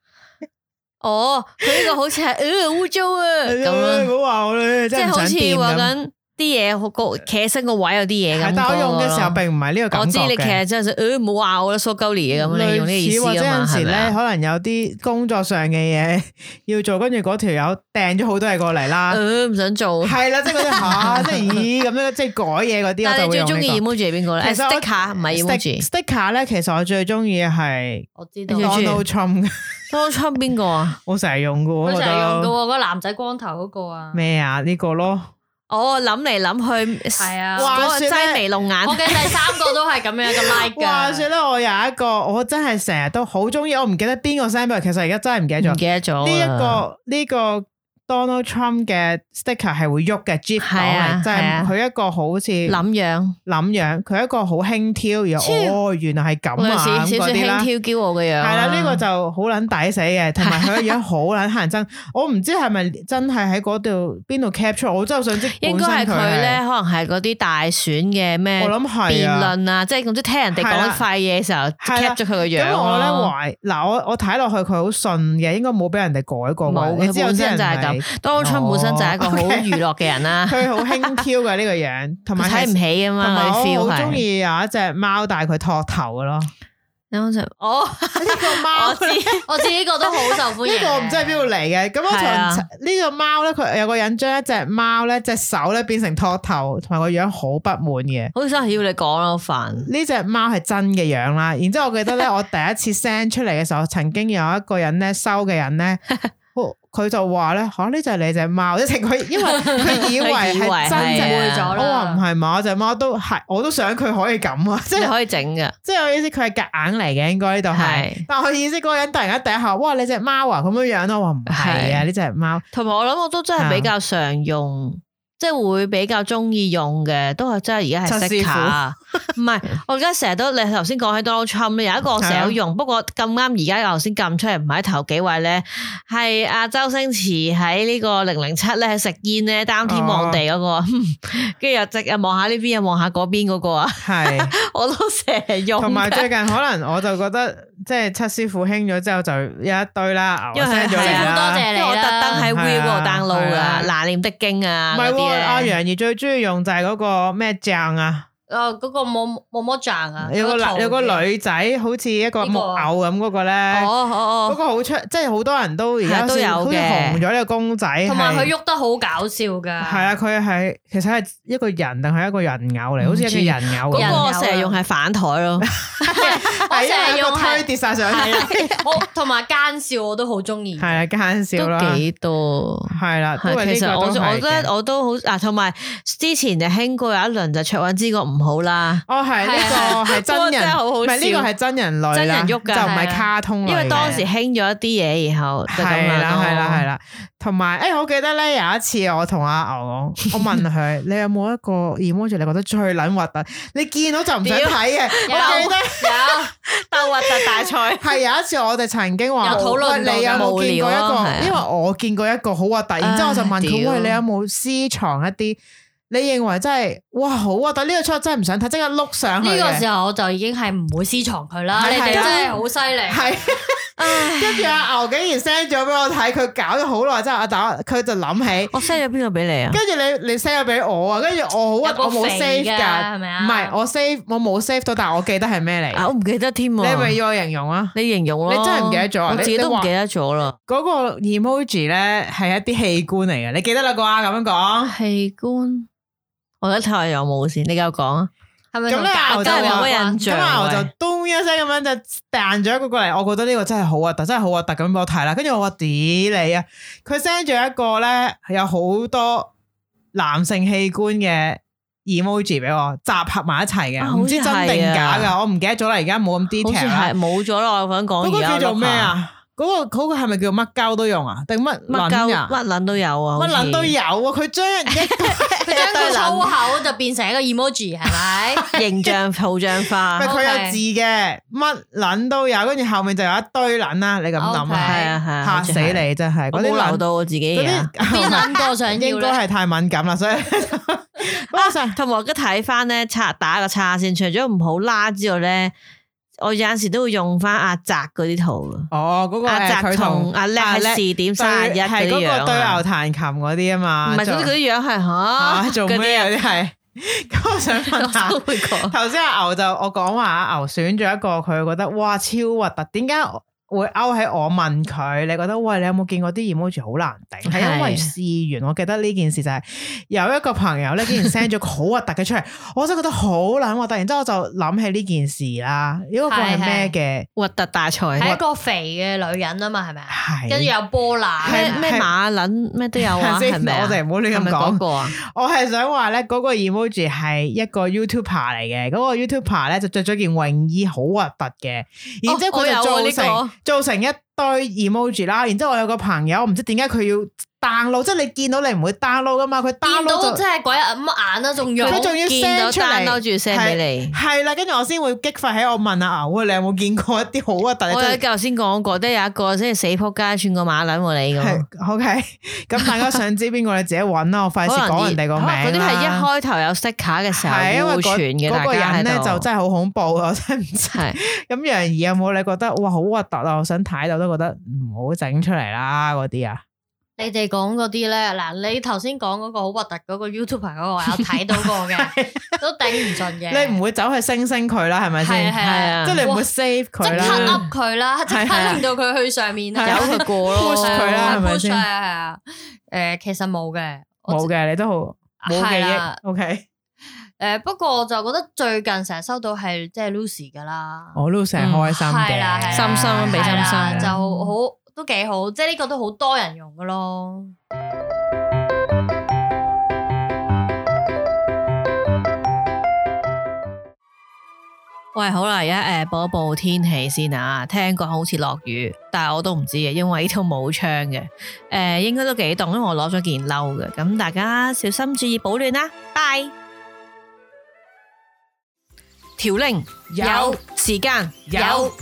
[SPEAKER 3] 哦，佢呢個好似係誒污糟 啊咁樣，
[SPEAKER 4] 唔好話我咧，
[SPEAKER 3] 即
[SPEAKER 4] 係
[SPEAKER 3] 係好似
[SPEAKER 4] 話
[SPEAKER 3] 話緊啲嘢好個企起身個位有啲嘢咁。
[SPEAKER 4] 但我用嘅時候並唔係呢個
[SPEAKER 3] 我
[SPEAKER 4] 感
[SPEAKER 3] 知
[SPEAKER 4] 覺
[SPEAKER 3] 你其
[SPEAKER 4] 嘅。
[SPEAKER 3] 實真係誒冇話我啦，蘇鳩嚟嘅咁，你用呢個意
[SPEAKER 4] 類似或
[SPEAKER 3] 思
[SPEAKER 4] 者有
[SPEAKER 3] 啊嘛，
[SPEAKER 4] 陣時
[SPEAKER 3] 係咪
[SPEAKER 4] 咧，
[SPEAKER 3] 啊？
[SPEAKER 4] 可能有啲工作上嘅嘢要做，跟住嗰條友掟咗好多嘢過嚟啦，
[SPEAKER 3] 誒唔想做，
[SPEAKER 4] 係啦，即係嗰啲吓，即係咦咁樣，即係改嘢嗰啲，
[SPEAKER 3] 但係你
[SPEAKER 4] 我就會
[SPEAKER 3] 最
[SPEAKER 4] 用
[SPEAKER 3] 中意
[SPEAKER 4] 呢個。
[SPEAKER 3] emoji 係邊個咧
[SPEAKER 4] 其實我
[SPEAKER 3] ？sticker 唔係 emoji，
[SPEAKER 4] sticker 咧，其實我最中意係
[SPEAKER 2] 我知道
[SPEAKER 3] 你。最中意
[SPEAKER 4] Donald Trump，嘅
[SPEAKER 3] Donald Trump 邊個啊？
[SPEAKER 4] 我成日用嘅喎，我
[SPEAKER 2] 佢
[SPEAKER 4] 覺
[SPEAKER 2] 成日
[SPEAKER 4] 得
[SPEAKER 2] 用噶喎，嗰個男仔光頭嗰個啊，
[SPEAKER 4] 咩啊？呢個咯，
[SPEAKER 3] 我諗嚟諗去，
[SPEAKER 2] 係啊
[SPEAKER 3] 嗰
[SPEAKER 4] 話
[SPEAKER 3] 個
[SPEAKER 4] 說呢
[SPEAKER 3] 擠眉弄眼
[SPEAKER 2] 我。嘅第三個都係咁樣嘅 like
[SPEAKER 4] 話
[SPEAKER 2] 㗎
[SPEAKER 4] 說。咧，我有一個我真係成日都好中意，我唔記得邊個 send 俾我，其實而家真係唔記得
[SPEAKER 3] 唔
[SPEAKER 4] 咗
[SPEAKER 3] 記得咗
[SPEAKER 4] 呢一
[SPEAKER 3] 啦
[SPEAKER 4] 個呢個 Donald Trump 嘅 sticker 係會喐嘅 GIF
[SPEAKER 3] 係
[SPEAKER 4] 檔嚟，
[SPEAKER 3] 啊
[SPEAKER 4] 即
[SPEAKER 3] 係
[SPEAKER 4] 係
[SPEAKER 3] 啊
[SPEAKER 4] 佢一個好似諗
[SPEAKER 3] 諗樣，
[SPEAKER 4] 樣，佢一個好輕佻，然後哦原來係咁
[SPEAKER 3] 類
[SPEAKER 4] 啊
[SPEAKER 3] 似
[SPEAKER 4] 咁
[SPEAKER 3] 少少
[SPEAKER 4] 嗰啲啦
[SPEAKER 3] 輕。佻驕傲嘅樣。
[SPEAKER 4] 系啦，呢個就好撚抵死嘅，同埋佢個樣好撚乞人憎。 我唔知係咪真係喺嗰度邊度 capture，我真係想知
[SPEAKER 3] 應
[SPEAKER 4] 本身
[SPEAKER 3] 該係佢咧，
[SPEAKER 4] 係。
[SPEAKER 3] 可能係嗰啲大選嘅咩
[SPEAKER 4] 我諗係
[SPEAKER 3] 辯
[SPEAKER 4] 啊。
[SPEAKER 3] 論啊，即係總之聽人哋講啲廢嘢嘅時候
[SPEAKER 4] 係啦
[SPEAKER 3] ，cap 咗佢個樣啊
[SPEAKER 4] 咁我咧
[SPEAKER 3] 咯。
[SPEAKER 4] 懷嗱，我我睇落去佢好順嘅，應該冇俾人哋改過
[SPEAKER 3] 冇
[SPEAKER 4] 啩。
[SPEAKER 3] 佢
[SPEAKER 4] 你知有
[SPEAKER 3] 本
[SPEAKER 4] 啲
[SPEAKER 3] 身
[SPEAKER 4] 人
[SPEAKER 3] 就係
[SPEAKER 4] 係
[SPEAKER 3] 咁 Donald Trump 本身就係一個好
[SPEAKER 4] 哦，OK
[SPEAKER 3] 娛樂嘅人啦，
[SPEAKER 4] 佢好輕佻嘅呢個樣，同
[SPEAKER 3] 佢
[SPEAKER 4] 埋
[SPEAKER 3] 睇唔
[SPEAKER 4] 係
[SPEAKER 3] 起啊
[SPEAKER 4] 同埋
[SPEAKER 3] 嘛，你 feel
[SPEAKER 4] 我好中
[SPEAKER 3] 係。
[SPEAKER 4] 意有一隻貓，但係佢托頭 嘅咯。呢
[SPEAKER 3] 你好似哦，
[SPEAKER 4] 個貓
[SPEAKER 3] 我
[SPEAKER 4] 呢
[SPEAKER 3] 知
[SPEAKER 2] 我自己個都好受歡迎。
[SPEAKER 4] 個我唔知係邊度嚟嘅。咁我同
[SPEAKER 3] 係啊
[SPEAKER 4] 呢個貓咧，佢有個人將一隻貓咧隻手咧變成托頭，同埋個樣好不滿嘅。
[SPEAKER 3] 好似真係要你講啦，好煩。
[SPEAKER 4] 呢只貓係真嘅樣啦，然之後我記得咧， 我第一次 send 出嚟嘅時候，曾經有一個人咧收嘅人咧，好佢就話咧嚇呢就係你只貓，即係佢因為佢 以為
[SPEAKER 3] 佢以為
[SPEAKER 4] 係真
[SPEAKER 3] 係
[SPEAKER 4] 隻
[SPEAKER 3] 啊
[SPEAKER 2] 會咗
[SPEAKER 4] 我
[SPEAKER 2] 啦。
[SPEAKER 4] 話唔係嘛，我只貓都係，我都想佢可以咁啊！即
[SPEAKER 3] 你
[SPEAKER 4] 係
[SPEAKER 3] 可以整嘅，
[SPEAKER 4] 即係我意思，佢係夾硬嚟嘅，應該呢度係
[SPEAKER 3] 係。
[SPEAKER 4] 但我意思嗰個人突然間第一下，哇！你只貓啊咁樣樣咯，我話唔係啊，
[SPEAKER 3] 係
[SPEAKER 4] 呢只貓
[SPEAKER 3] 同埋我諗我都真係
[SPEAKER 4] 啊
[SPEAKER 3] 比較常用，即係會比較中意用嘅，都係真係而家係
[SPEAKER 4] 陳師
[SPEAKER 3] 識
[SPEAKER 4] 傅
[SPEAKER 3] 卡。唔 係，我而家成日都你頭先講起 Donald Trump 咧，有一個我成
[SPEAKER 4] 啊
[SPEAKER 3] 日都用，不過咁啱而家頭先撳出嚟唔喺頭幾位咧，係阿周星馳喺呢個零零七咧食煙咧，擔天望地嗰
[SPEAKER 4] 哦
[SPEAKER 3] 個， 跟住又即又望下呢邊又望下嗰邊嗰個啊，
[SPEAKER 4] 係。
[SPEAKER 3] 我都成日用
[SPEAKER 4] 同埋
[SPEAKER 3] 嘅。
[SPEAKER 4] 最近可能我就覺得，即係七師傅興咗之後，就有一堆啦，牛
[SPEAKER 3] 因為
[SPEAKER 4] send 咗
[SPEAKER 3] 係
[SPEAKER 4] 嚟
[SPEAKER 3] 啊
[SPEAKER 4] 啦。
[SPEAKER 2] 多謝
[SPEAKER 3] 因為我特登喺
[SPEAKER 4] 係啊
[SPEAKER 3] Will 嗰度 download
[SPEAKER 4] 係啊
[SPEAKER 3] 噶《拿念的經》啊
[SPEAKER 4] 唔
[SPEAKER 3] 嗰
[SPEAKER 4] 係
[SPEAKER 3] 啲
[SPEAKER 4] 喎，阿
[SPEAKER 3] 咧，
[SPEAKER 4] 楊怡最中意用就係嗰個咩醬啊，
[SPEAKER 2] 啊，嗰個冇冇乜賺啊，
[SPEAKER 4] 有個
[SPEAKER 2] 嗰
[SPEAKER 4] 男
[SPEAKER 2] 圖
[SPEAKER 4] 有個
[SPEAKER 2] 嘅，
[SPEAKER 4] 女仔好似一個木偶咁嗰個咧，
[SPEAKER 3] 啊哦哦哦。
[SPEAKER 4] 嗰個好出，即係好多人都而家
[SPEAKER 3] 係都有嘅
[SPEAKER 4] 好似紅咗呢個公仔，
[SPEAKER 2] 同埋佢
[SPEAKER 4] 係
[SPEAKER 2] 喐得好搞笑 噶。
[SPEAKER 4] 係啊，佢係其實係一個人定係一個人偶嚟，好似一個人啊偶
[SPEAKER 3] 嗰
[SPEAKER 4] 咁
[SPEAKER 3] 個啊
[SPEAKER 2] 人，
[SPEAKER 3] 我成日用係反台咯，
[SPEAKER 2] 我
[SPEAKER 4] 係因
[SPEAKER 2] 成日
[SPEAKER 4] 為
[SPEAKER 2] 用
[SPEAKER 4] 個推
[SPEAKER 2] 係
[SPEAKER 4] 跌晒上去，
[SPEAKER 2] 我同埋奸笑我都好中意。
[SPEAKER 4] 係啦，奸笑啦，
[SPEAKER 3] 都幾多。
[SPEAKER 4] 係啦，都
[SPEAKER 3] 係，
[SPEAKER 4] 係呢
[SPEAKER 3] 其實
[SPEAKER 4] 個
[SPEAKER 3] 我
[SPEAKER 4] 都
[SPEAKER 3] 我
[SPEAKER 4] 係
[SPEAKER 3] 覺得
[SPEAKER 4] 嘅。
[SPEAKER 3] 我都好啊，同埋之前就興過有一輪就卓韻之個唔好啦，
[SPEAKER 4] 哦，係呢個係真
[SPEAKER 3] 嗰個真
[SPEAKER 4] 人，
[SPEAKER 3] 係好好
[SPEAKER 4] 唔係呢
[SPEAKER 3] 笑
[SPEAKER 4] 個係真人類
[SPEAKER 3] 真
[SPEAKER 4] 啦，
[SPEAKER 3] 人喐
[SPEAKER 4] 就唔
[SPEAKER 3] 㗎
[SPEAKER 4] 係
[SPEAKER 2] 係啊
[SPEAKER 4] 卡通類嘅。
[SPEAKER 3] 因為當時興咗一啲嘢，然後就咁啊
[SPEAKER 4] 係
[SPEAKER 3] 樣
[SPEAKER 4] 啦，
[SPEAKER 3] 咯
[SPEAKER 4] 係啦，係啦。同埋，誒，我記得咧有一次，我同阿牛講，我問佢 你有冇一個 emoji 你覺得最撚核突？你見到就唔想睇嘅。
[SPEAKER 2] 有
[SPEAKER 4] 我記得。
[SPEAKER 3] 鬥核突
[SPEAKER 2] 有
[SPEAKER 3] 大賽
[SPEAKER 4] 係有一次我哋曾經話，
[SPEAKER 2] 有討論過
[SPEAKER 4] 喂你有冇見過
[SPEAKER 3] 無
[SPEAKER 4] 一
[SPEAKER 3] 聊啊係
[SPEAKER 4] 個？
[SPEAKER 3] 啊
[SPEAKER 4] 因為我見過一個好核突，然之後我就問
[SPEAKER 3] 唉
[SPEAKER 4] 佢，
[SPEAKER 3] 屌
[SPEAKER 4] 喂，你有冇私藏一啲你認為真係哇好啊，但呢個出真係唔想睇，即刻碌上去
[SPEAKER 2] 呢個
[SPEAKER 4] 嘅。
[SPEAKER 2] 時候我就已經係唔會私藏佢啦。
[SPEAKER 4] 係
[SPEAKER 2] 你哋
[SPEAKER 4] 係
[SPEAKER 2] 真
[SPEAKER 4] 啊
[SPEAKER 2] 係好犀利，
[SPEAKER 4] 係，跟住阿牛竟然 send 咗俾我睇，佢搞咗好耐之後，阿打佢就諗起，
[SPEAKER 3] 我 send 咗邊個俾你啊？
[SPEAKER 4] 跟住你你 send 咗俾我啊，跟住我好
[SPEAKER 2] 有
[SPEAKER 4] 啊，我
[SPEAKER 2] 個
[SPEAKER 4] 冇 save
[SPEAKER 2] 肥㗎
[SPEAKER 4] 㗎，
[SPEAKER 2] 係咪啊
[SPEAKER 4] 唔係我 save 我冇 save 到，但係我記得係咩嚟。
[SPEAKER 3] 啊，我唔記得添喎。
[SPEAKER 4] 你咪要我形容啊？
[SPEAKER 3] 你形容咯，
[SPEAKER 4] 你真係唔記得咗啊
[SPEAKER 3] 我
[SPEAKER 4] 你
[SPEAKER 3] 自己都
[SPEAKER 4] 你
[SPEAKER 3] 唔
[SPEAKER 4] 話
[SPEAKER 3] 記得咗啦。
[SPEAKER 4] 嗰個 emoji 咧係一啲器官嚟嘅，你記得啦啩？咁樣講，
[SPEAKER 3] 啊器官，我睇下有冇先。你繼續講啊。
[SPEAKER 2] 係咪
[SPEAKER 4] 咁
[SPEAKER 2] 同
[SPEAKER 4] 咧
[SPEAKER 2] 假
[SPEAKER 4] 牛就
[SPEAKER 2] 交有
[SPEAKER 4] 話
[SPEAKER 2] 關
[SPEAKER 3] 印
[SPEAKER 4] 咁
[SPEAKER 3] 象
[SPEAKER 4] 啊牛
[SPEAKER 3] 喂
[SPEAKER 4] 就咚一聲咁樣就彈咗一個過嚟，我覺得呢個真係好核突，真係好核突咁俾我睇啦。跟住我話屌你啊！佢 send 咗一個咧有好多男性器官嘅 emoji 俾我，集合埋一齊
[SPEAKER 3] 啊
[SPEAKER 4] 嘅，
[SPEAKER 3] 好似
[SPEAKER 4] 唔知真定假
[SPEAKER 3] 係啊
[SPEAKER 4] 噶，我唔記得咗啦，而家冇咁
[SPEAKER 3] 好似
[SPEAKER 4] detail 啦
[SPEAKER 3] 係。冇咗啦，我想講
[SPEAKER 4] 嗰
[SPEAKER 3] 而
[SPEAKER 4] 個
[SPEAKER 3] 家
[SPEAKER 4] 叫做
[SPEAKER 3] 諗
[SPEAKER 4] 咩
[SPEAKER 3] 下？
[SPEAKER 4] 啊？嗰個嗰個係咪叫乜鳩都用啊？定乜
[SPEAKER 3] 乜
[SPEAKER 4] 撚
[SPEAKER 3] 鳩
[SPEAKER 4] 啊？
[SPEAKER 3] 乜撚都有啊，
[SPEAKER 4] 乜
[SPEAKER 3] 好似
[SPEAKER 4] 撚都有啊！佢將一個
[SPEAKER 2] 佢將個
[SPEAKER 3] 一堆
[SPEAKER 2] 粗
[SPEAKER 3] 撚
[SPEAKER 2] 口就變成一個 emoji 係 咪？
[SPEAKER 3] 形象 圖像化
[SPEAKER 4] 唔係，佢有
[SPEAKER 3] 啊
[SPEAKER 2] OK
[SPEAKER 4] 字嘅，乜撚都有，跟住後面就有一堆撚啦，你咁諗
[SPEAKER 2] OK
[SPEAKER 3] 係
[SPEAKER 4] 啊，
[SPEAKER 3] 啊係啊，
[SPEAKER 4] 嚇
[SPEAKER 3] 好似
[SPEAKER 4] 死
[SPEAKER 3] 係！
[SPEAKER 4] 你真係
[SPEAKER 3] 我
[SPEAKER 4] 嗰啲
[SPEAKER 3] 冇
[SPEAKER 4] 撚
[SPEAKER 3] 留到我自己嘢啊。
[SPEAKER 2] 邊諗過想要咧
[SPEAKER 4] 應該係太敏感 啦，所以嗰陣
[SPEAKER 3] 同埋我而家睇翻咧，拆打個叉先，除咗唔好拉之外咧，我有陣時都會用翻阿澤嗰啲圖啊。
[SPEAKER 4] 哦嗰個
[SPEAKER 3] 阿
[SPEAKER 4] 誒
[SPEAKER 3] 澤
[SPEAKER 4] 佢
[SPEAKER 3] 同
[SPEAKER 4] 同
[SPEAKER 3] 阿叻
[SPEAKER 4] 阿叻
[SPEAKER 3] 係四點三一
[SPEAKER 4] 對
[SPEAKER 3] 嗰
[SPEAKER 4] 係嗰
[SPEAKER 3] 啲樣
[SPEAKER 4] 個對牛
[SPEAKER 3] 啊，
[SPEAKER 4] 彈琴嗰啲啊嘛，
[SPEAKER 3] 唔係
[SPEAKER 4] 做
[SPEAKER 3] 嗰啲嗰啲樣係
[SPEAKER 4] 啊
[SPEAKER 3] 嚇
[SPEAKER 4] 做咩啊？嗰啲係咁，我想
[SPEAKER 3] 嗰啲
[SPEAKER 4] 問
[SPEAKER 3] 啊
[SPEAKER 4] 下
[SPEAKER 3] 我。都會講。
[SPEAKER 4] 頭先阿牛就我講話阿牛選咗一個佢覺得哇超核突，點解會勾起我問佢？你覺得喂你有冇見過啲 emoji 好難頂？係因為試源，我記得呢件事就係、有一個朋友咧，竟然 send 咗個好核突嘅出嚟，我真係覺得好撚核突。然之後我就諗起呢件事啦，呢個個係咩嘅？
[SPEAKER 3] 核突大
[SPEAKER 2] 係
[SPEAKER 3] 財
[SPEAKER 2] 一，個肥嘅女人啊嘛，係咪啊？
[SPEAKER 4] 係
[SPEAKER 2] 跟住有波瀾，
[SPEAKER 4] 係
[SPEAKER 3] 咩咩馬撚咩都有啊，
[SPEAKER 4] 係 先
[SPEAKER 3] 係咪啊
[SPEAKER 4] 我哋唔好亂
[SPEAKER 3] 係
[SPEAKER 4] 咁
[SPEAKER 3] 咪嗰
[SPEAKER 4] 講。
[SPEAKER 3] 個啊？
[SPEAKER 4] 我係想話咧，嗰個 emoji 係一個 YouTuber 嚟嘅，嗰、個 YouTuber 咧就着咗件泳衣，好核突嘅，然之後
[SPEAKER 3] 哦我
[SPEAKER 4] 佢
[SPEAKER 3] 有啊
[SPEAKER 4] 就
[SPEAKER 3] 呢
[SPEAKER 4] 造成、造成一堆 emoji 啦。然之後我有個朋友，唔知點解佢要 download，即係你見到你唔會 download 噶嘛，佢
[SPEAKER 2] 見
[SPEAKER 4] download
[SPEAKER 2] 到
[SPEAKER 4] 就
[SPEAKER 2] 真係鬼乜眼啦，仲用
[SPEAKER 4] 佢仲要
[SPEAKER 3] 見到
[SPEAKER 4] send 出
[SPEAKER 3] download
[SPEAKER 4] 嚟。
[SPEAKER 3] 住 send 俾你。
[SPEAKER 4] 係啦，跟住我先會激發起我問阿牛，喂，你有冇見過一啲好核突嘅？
[SPEAKER 3] 我有
[SPEAKER 4] 真係
[SPEAKER 3] 頭先講過，都有一個即係死仆街串個馬撚喎你咁
[SPEAKER 4] 係。OK，咁大家想知邊個你自己揾啦，我費事講人哋個名啦。
[SPEAKER 3] 啊可能嗰啲係一開頭有 sticker 嘅時
[SPEAKER 4] 係因
[SPEAKER 3] 候
[SPEAKER 4] 為
[SPEAKER 3] 互
[SPEAKER 4] 嗰
[SPEAKER 3] 傳嘅，
[SPEAKER 4] 嗰
[SPEAKER 3] 大
[SPEAKER 4] 個
[SPEAKER 3] 家喺
[SPEAKER 4] 人咧
[SPEAKER 3] 度
[SPEAKER 4] 就真係好恐怖，啊我真係唔知。
[SPEAKER 3] 係
[SPEAKER 4] 咁楊怡有冇你覺得哇好核突啊？我想睇到都覺得唔好整出嚟啦嗰啲啊，
[SPEAKER 2] 你哋講嗰啲咧，嗱，你頭先講嗰個好核突嗰個 YouTuber 嗰個，我有睇到 過嘅，都頂唔順嘅。
[SPEAKER 4] 你唔會走去星星佢啦，係咪
[SPEAKER 2] 係
[SPEAKER 4] 先？
[SPEAKER 2] 係
[SPEAKER 3] 係
[SPEAKER 2] 啊
[SPEAKER 3] 啊，
[SPEAKER 4] 即係你唔
[SPEAKER 2] 哇
[SPEAKER 4] 會 save
[SPEAKER 2] 即
[SPEAKER 4] 佢
[SPEAKER 2] 刻
[SPEAKER 4] 啦，
[SPEAKER 2] up 佢啦，即
[SPEAKER 4] 係
[SPEAKER 2] 刻
[SPEAKER 4] 啊
[SPEAKER 2] 令到佢去上面啦，
[SPEAKER 4] 係啊
[SPEAKER 3] 由佢過咯
[SPEAKER 4] push 佢啦係咪
[SPEAKER 2] push
[SPEAKER 4] 先
[SPEAKER 2] 係啊係啊，誒，其實冇嘅，我
[SPEAKER 4] 冇嘅，你都好冇記
[SPEAKER 2] 係
[SPEAKER 4] 憶
[SPEAKER 2] 啦。
[SPEAKER 4] OK，
[SPEAKER 2] 誒，不過我就覺得最近成日收到係即係 Lucy 噶啦，
[SPEAKER 4] 我都成日哦開心
[SPEAKER 2] 嗯係啦，係啦
[SPEAKER 4] 嘅，
[SPEAKER 3] 心心比
[SPEAKER 2] 係
[SPEAKER 3] 心
[SPEAKER 2] 啦
[SPEAKER 3] 心
[SPEAKER 2] 就好都幾好，即係呢個都好多人用噶咯。
[SPEAKER 3] 喂，好啦，而家誒報一報天氣先啊。聽講好似落雨，但係我都唔知嘅，因為呢度冇窗嘅。誒、應該都幾凍，因為我攞咗件褸嘅。咁大家小心注意保暖啦，拜。條鈴
[SPEAKER 4] 有
[SPEAKER 3] 時間
[SPEAKER 4] 有，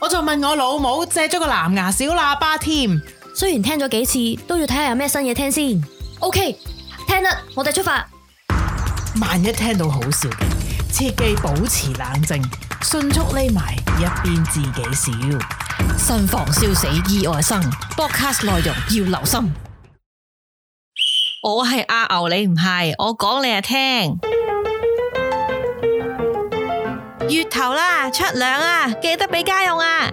[SPEAKER 4] 我就問我老母借咗個藍牙小喇叭添，
[SPEAKER 1] 雖然聽咗幾次，都要睇下有咩新嘢聽先。OK，聽得，我哋出發。
[SPEAKER 4] 萬一聽到好笑嘅，切記保持冷靜，迅速匿埋一邊自己笑。
[SPEAKER 3] 慎防燒死意外生。Podcast 內容要留心。我係阿牛，你唔係，我講你啊聽。月頭啦，出糧啊，記得俾家用啊！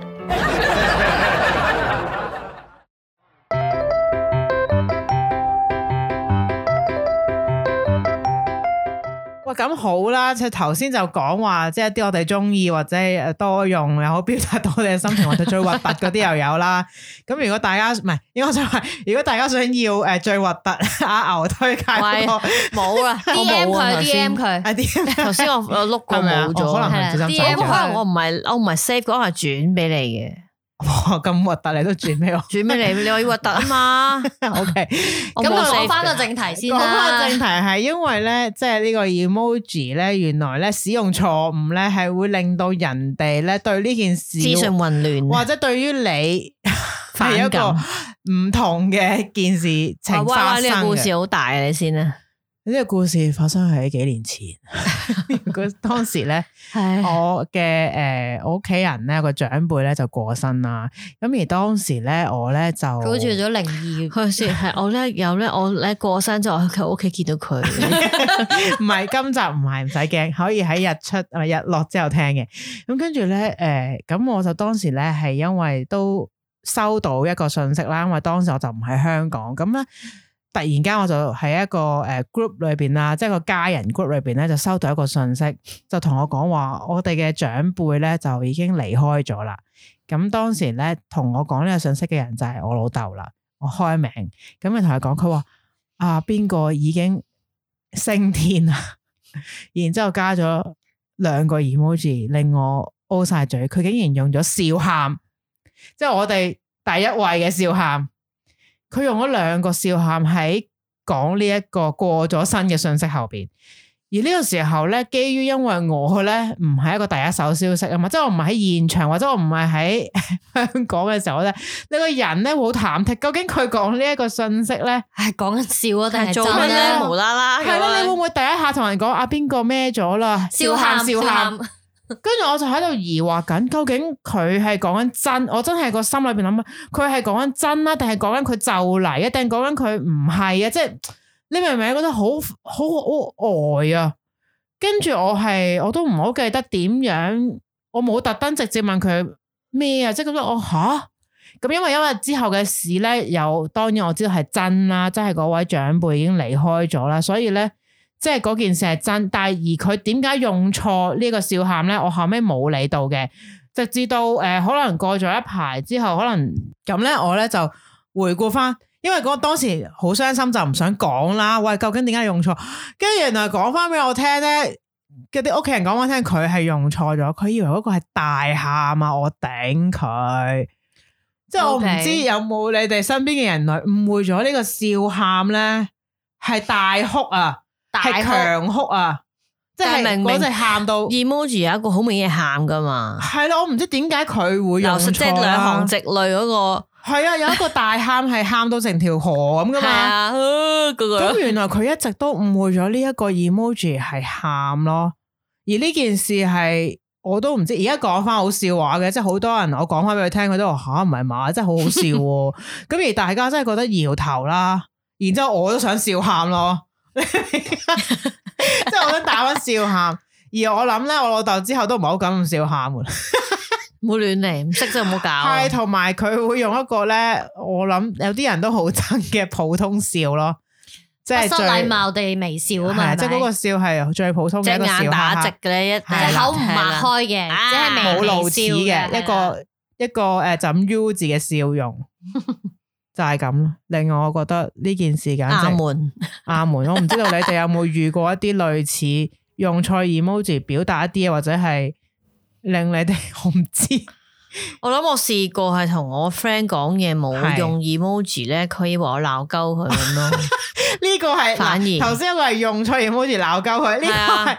[SPEAKER 4] 喂，咁好啦，即係頭先就講話，即係一啲我哋中意或者誒多用又好表達到我哋嘅心情，或者最核突嗰啲又有啦。 咁如果大家唔係，應該想 話，如果大家想要誒最核突阿牛推介嗰個
[SPEAKER 3] 冇 啦
[SPEAKER 2] D M 佢，D M 佢，
[SPEAKER 4] 係啲
[SPEAKER 3] 頭先我我碌過
[SPEAKER 4] 係咪啊
[SPEAKER 3] 冇
[SPEAKER 4] 我可
[SPEAKER 3] 咗，
[SPEAKER 4] 能係唔小心
[SPEAKER 2] 係
[SPEAKER 3] 可
[SPEAKER 4] 手
[SPEAKER 2] 啊啲 M
[SPEAKER 4] 咗
[SPEAKER 3] 能我唔係我唔係 save 嗰，我係轉俾你嘅，
[SPEAKER 4] 哇咁核突你都轉俾我
[SPEAKER 3] 轉俾你，你話要核突啊嘛，
[SPEAKER 4] ，OK。
[SPEAKER 3] 我
[SPEAKER 2] 咁
[SPEAKER 3] 冇
[SPEAKER 2] 我講
[SPEAKER 3] save
[SPEAKER 2] 翻個
[SPEAKER 3] 嘅
[SPEAKER 2] 正題先
[SPEAKER 4] 講翻
[SPEAKER 2] 啦
[SPEAKER 4] 個正。題係因為咧，即係呢個 emoji 咧，原來咧使用錯誤咧係會令到人哋咧對呢件事
[SPEAKER 3] 資訊混
[SPEAKER 4] 或
[SPEAKER 3] 亂，
[SPEAKER 4] 者對於 你係一
[SPEAKER 3] 反
[SPEAKER 4] 個
[SPEAKER 3] 感
[SPEAKER 4] 唔同嘅一件事情
[SPEAKER 3] 哇
[SPEAKER 4] 發
[SPEAKER 3] 哇呢
[SPEAKER 4] 生
[SPEAKER 3] 個故
[SPEAKER 4] 嘅
[SPEAKER 3] 事好大啊，你先啊。
[SPEAKER 4] 呢個故事發生喺幾年前， 嗰當時咧。
[SPEAKER 2] 係
[SPEAKER 4] 我嘅誒、呃我屋企人咧個長輩咧就過身啦，咁而當時咧我咧就
[SPEAKER 2] 佢好似咗靈異，
[SPEAKER 3] 佢先系我咧有咧，我咧過身之後喺佢屋企見到佢，
[SPEAKER 4] 唔係今集唔係唔使驚，可以喺日出啊日落之後聽嘅。咁跟住咧誒，咁、我就當時咧係因為都收到一個信息啦，因為當時我就唔喺香港，咁咧。突然間我就喺一個誒 group 裏邊啦，即係個家人 group 裏邊咧，就收到一個信息，就同我講話，我哋嘅長輩咧就已經離開咗啦。咁當時咧同我講呢個信息嘅人就係我老豆啦，我開名咁就同佢講，佢話啊邊個已經升天啦， 然之後加咗兩個 emoji 令我 O 晒嘴，佢竟然用咗笑喊，即係我哋第一位嘅笑喊，佢用咗兩個笑喊喺講呢一個過咗身嘅信息後邊。而呢個時候咧，基於因為我咧唔係一個第一手消息啊嘛，即係我唔係喺現場或者我唔係喺 香港嘅時候咧，你個人咧會好忐忑，究竟佢講呢一個信息咧？
[SPEAKER 2] 係講緊笑啊定係
[SPEAKER 3] 做
[SPEAKER 2] 真
[SPEAKER 3] 乜咧
[SPEAKER 2] 啊？
[SPEAKER 3] 無啦啦
[SPEAKER 4] 系啦，你會唔會第一下同人講啊？邊個孭咗啦？笑喊笑喊，跟住我就喺度疑惑緊，究竟佢係講緊真？我真係個心裏边諗，啊佢係講緊真啦，定係講緊佢就嚟啊？定係講緊佢唔係啊？即係你明唔明？覺得好好好呆啊！跟住我係我都唔好記得點樣，我冇特登直接問佢咩啊，即係覺得我吓。咁因為因為之後嘅事咧，有當然我知道係真啦，即係嗰位長輩已經離開咗啦，所以咧即係嗰件事係真，但係而佢點解用錯呢個笑喊咧？我後尾冇理到嘅，直至到誒、呃可能過咗一排之後，可能咁咧，我咧就回顧翻。因為嗰當時好傷心，就唔想講啦。喂，究竟點解用錯？跟住原來講翻俾我聽咧，嗰啲屋企人講翻聽，佢係用錯咗，佢以為嗰個係大喊啊！我頂佢，即係我唔
[SPEAKER 2] OK
[SPEAKER 4] 知有冇你哋身邊嘅人類誤會咗呢個笑喊咧係大哭啊！
[SPEAKER 2] 大
[SPEAKER 4] 系
[SPEAKER 2] 哭
[SPEAKER 4] 強哭啊！即係
[SPEAKER 3] 但係明明
[SPEAKER 4] 嗰隻喊到，
[SPEAKER 3] emoji 啊有一個好明顯係喊噶嘛，
[SPEAKER 4] 係啦，我唔知點解佢會用
[SPEAKER 3] 流
[SPEAKER 4] 錯啊
[SPEAKER 3] 即係兩行直淚嗰個，
[SPEAKER 4] 係啊，有一個大喊係喊到成條河咁噶
[SPEAKER 3] 係
[SPEAKER 4] 嘛。
[SPEAKER 3] 啊，嗰個
[SPEAKER 4] 咁原來佢一直都誤會咗呢一個 emoji 係喊咯，而呢件事係我都唔知。而家講翻好笑話嘅，即係好多人我講翻俾佢聽，佢都話吓唔係嘛，真係好好笑 喎。咁而大家真係覺得搖頭啦，然之後我都想笑喊 咯，即係我都打翻笑喊。而我諗咧，我老豆之後都唔係好敢咁笑喊
[SPEAKER 2] 哦
[SPEAKER 4] 㗎啦
[SPEAKER 3] 冇亂嚟，唔識就冇
[SPEAKER 4] 係，
[SPEAKER 3] 搞。
[SPEAKER 4] 同埋佢會用一個咧，我諗有啲人都好憎嘅普通笑咯，即係
[SPEAKER 2] 不失
[SPEAKER 4] 最
[SPEAKER 2] 禮貌地微笑啊
[SPEAKER 4] 係啊
[SPEAKER 2] 嘛，
[SPEAKER 4] 即係
[SPEAKER 2] 係咪
[SPEAKER 4] 嗰個笑係最普通
[SPEAKER 3] 隻
[SPEAKER 4] 嘅一個笑
[SPEAKER 3] 眼打直
[SPEAKER 4] 哈
[SPEAKER 3] 嘅咧，一
[SPEAKER 4] 係啦
[SPEAKER 2] 隻口唔擘
[SPEAKER 3] 開，
[SPEAKER 2] 開嘅，
[SPEAKER 3] 啊
[SPEAKER 2] 即係
[SPEAKER 4] 哈，冇
[SPEAKER 2] 微微
[SPEAKER 4] 露齒
[SPEAKER 2] 笑
[SPEAKER 4] 嘅一個一個誒就咁 U 字嘅笑容， 就係咁咯。令我覺得呢件事簡
[SPEAKER 3] 阿
[SPEAKER 4] 直
[SPEAKER 3] 門
[SPEAKER 4] 阿門，我唔知道你哋有冇遇過一啲類似用錯 emoji 表達一啲嘢，或者係令你哋 我唔知。
[SPEAKER 3] 我諗我試過係同我 friend 講嘢
[SPEAKER 4] 係
[SPEAKER 3] 冇用 emoji 咧，佢以為我鬧鳩佢咁咯。
[SPEAKER 4] 呢個係
[SPEAKER 3] 反
[SPEAKER 4] 嗱
[SPEAKER 3] 而
[SPEAKER 4] 頭先一個係用錯 emoji 鬧交佢，呢
[SPEAKER 3] 係
[SPEAKER 4] 個
[SPEAKER 3] 啊
[SPEAKER 4] 係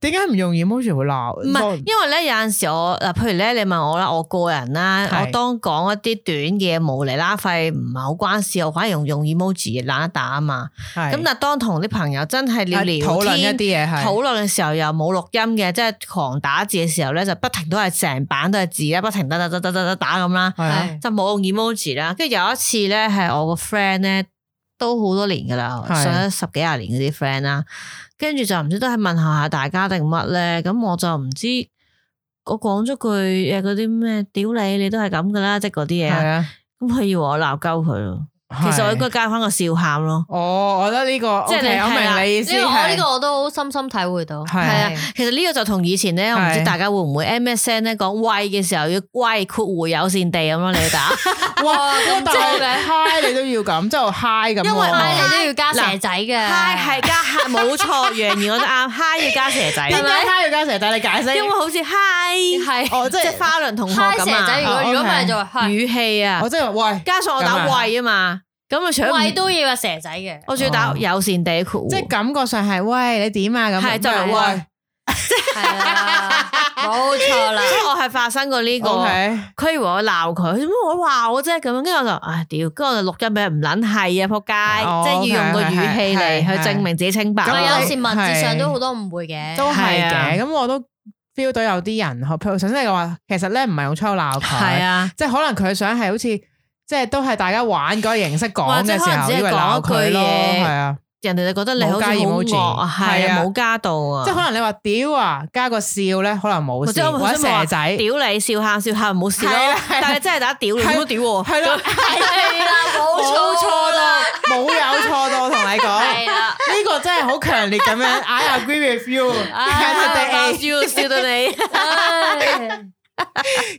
[SPEAKER 4] 點解唔用 emoji 會鬧？
[SPEAKER 3] 唔係，因為咧有陣時我嗱，譬如咧你問我啦，我個人啦，
[SPEAKER 4] 係
[SPEAKER 3] 我當講一啲短嘅嘢無厘啦廢，唔係好關事，我反而用用 emoji 嘅懶一打啊嘛。
[SPEAKER 4] 係
[SPEAKER 3] 咁但係當同啲朋友真係聊
[SPEAKER 4] 係
[SPEAKER 3] 聊
[SPEAKER 4] 討論一
[SPEAKER 3] 天
[SPEAKER 4] 啲。嘢係
[SPEAKER 3] 討論嘅時候又冇錄音嘅，即係狂打字嘅時候咧，就不停都係成版都係字啦，不停打打打打打打打咁啦，
[SPEAKER 4] 係啊
[SPEAKER 2] 係
[SPEAKER 3] 就冇用 emoji 啦。跟住有一次咧，係我個 friend 咧，都好多年噶啦，
[SPEAKER 4] 係
[SPEAKER 3] 上咗十幾廿年嗰啲 friend 啦，跟住就唔知都係問候下大家定乜咧，咁我就唔知我講咗句誒嗰啲咩屌你，你都係咁噶啦，即係嗰啲嘢
[SPEAKER 4] 係
[SPEAKER 3] 啊，
[SPEAKER 4] 啊。
[SPEAKER 3] 咁佢以為我鬧鳩佢咯，其實我應該加翻個笑喊咯。
[SPEAKER 4] 哦，我覺得呢個
[SPEAKER 3] 即係你
[SPEAKER 4] OK，我
[SPEAKER 3] 係啦
[SPEAKER 4] 明你意思
[SPEAKER 2] 呢個我呢
[SPEAKER 4] 係
[SPEAKER 2] 個我都好深深體會到，
[SPEAKER 4] 係
[SPEAKER 3] 係啊
[SPEAKER 2] 係，
[SPEAKER 3] 其實呢個就同以前咧，我唔知
[SPEAKER 4] 係
[SPEAKER 3] 大家會唔會 MSN 咧講喂嘅時候要喂括弧有線地咁咯，你 打，
[SPEAKER 4] 哇，
[SPEAKER 2] 咁
[SPEAKER 4] 但
[SPEAKER 2] 真嘅
[SPEAKER 4] 係 hi 你都要咁，即係 hi 咁喎。
[SPEAKER 3] 因為
[SPEAKER 2] 但
[SPEAKER 3] hi
[SPEAKER 2] 係你都要加蛇仔嘅
[SPEAKER 3] hi 係加 hi 冇錯，楊怡我都啱，hi 要加蛇 仔，
[SPEAKER 4] 點解 hi 要加蛇？但係你解釋，
[SPEAKER 3] 因為好似 hi
[SPEAKER 2] 係
[SPEAKER 4] 哦即係
[SPEAKER 3] 即係花輪同學
[SPEAKER 2] hi
[SPEAKER 3] 咁
[SPEAKER 2] 蛇仔，如
[SPEAKER 3] 啊，
[SPEAKER 2] 果
[SPEAKER 4] 哦
[SPEAKER 2] 如果唔
[SPEAKER 4] OK
[SPEAKER 2] 係就係
[SPEAKER 3] 語氣啊
[SPEAKER 4] 我，真係話喂，
[SPEAKER 3] 加上我
[SPEAKER 4] 咁
[SPEAKER 3] 打
[SPEAKER 4] 啊
[SPEAKER 3] 喂啊嘛，咁啊除咗唔
[SPEAKER 2] 喂都要有蛇 仔嘅，
[SPEAKER 3] 我仲要打
[SPEAKER 4] 哦
[SPEAKER 3] 有線地括弧，
[SPEAKER 4] 即係感覺上係喂你點啊咁，
[SPEAKER 3] 係就係
[SPEAKER 4] 唔
[SPEAKER 3] 喂
[SPEAKER 4] 喂，
[SPEAKER 2] 係啊，冇錯啦。
[SPEAKER 3] 所以我係發生過呢個，
[SPEAKER 4] OK
[SPEAKER 3] 佢以為我鬧佢，做乜我話我啫咁樣，跟住我就唉屌，跟住我就錄音俾佢唔撚係
[SPEAKER 4] 哦
[SPEAKER 3] 啊仆街，即係要用個語氣
[SPEAKER 4] 係係
[SPEAKER 3] 嚟去
[SPEAKER 4] 係
[SPEAKER 3] 證明自己清白。
[SPEAKER 4] 咁
[SPEAKER 2] 但係有
[SPEAKER 4] 你
[SPEAKER 2] 時文字上
[SPEAKER 4] 係
[SPEAKER 2] 都好多誤會嘅，
[SPEAKER 4] 都係
[SPEAKER 3] 係啊
[SPEAKER 4] 嘅。咁我都 feel 到有啲人，譬如首先你話，其實咧唔係用粗口
[SPEAKER 3] 係
[SPEAKER 4] 鬧佢，
[SPEAKER 3] 啊，
[SPEAKER 4] 即係可能佢想係好似即係都係大家玩嗰個形式講
[SPEAKER 3] 或者
[SPEAKER 4] 嘅
[SPEAKER 3] 可
[SPEAKER 4] 時
[SPEAKER 3] 能
[SPEAKER 4] 候，
[SPEAKER 3] 只係
[SPEAKER 4] 以為鬧
[SPEAKER 3] 講一
[SPEAKER 4] 佢咯，
[SPEAKER 3] 句嘢
[SPEAKER 4] 係啊，
[SPEAKER 3] 人哋就覺得你好似好
[SPEAKER 4] 冇加
[SPEAKER 3] 惡啊，係
[SPEAKER 4] 係啊
[SPEAKER 3] 啊，冇加到啊，
[SPEAKER 4] 即係可能你話屌啊，加個笑咧，可能冇事，或者蛇仔，
[SPEAKER 3] 屌你笑喊笑喊冇事
[SPEAKER 4] 係
[SPEAKER 3] 咯
[SPEAKER 4] 啦，係啦
[SPEAKER 3] 但係你真係打屌你
[SPEAKER 4] 係
[SPEAKER 3] 都屌喎，
[SPEAKER 4] 係咯，
[SPEAKER 2] 係啦，冇
[SPEAKER 4] 冇錯到， 冇有錯到，我同你講。
[SPEAKER 2] 係啊啦，
[SPEAKER 4] 呢個真係好強烈咁 樣，I agree with you。
[SPEAKER 2] Ah,
[SPEAKER 3] 啊
[SPEAKER 4] 係
[SPEAKER 3] 笑笑到你。
[SPEAKER 2] 唉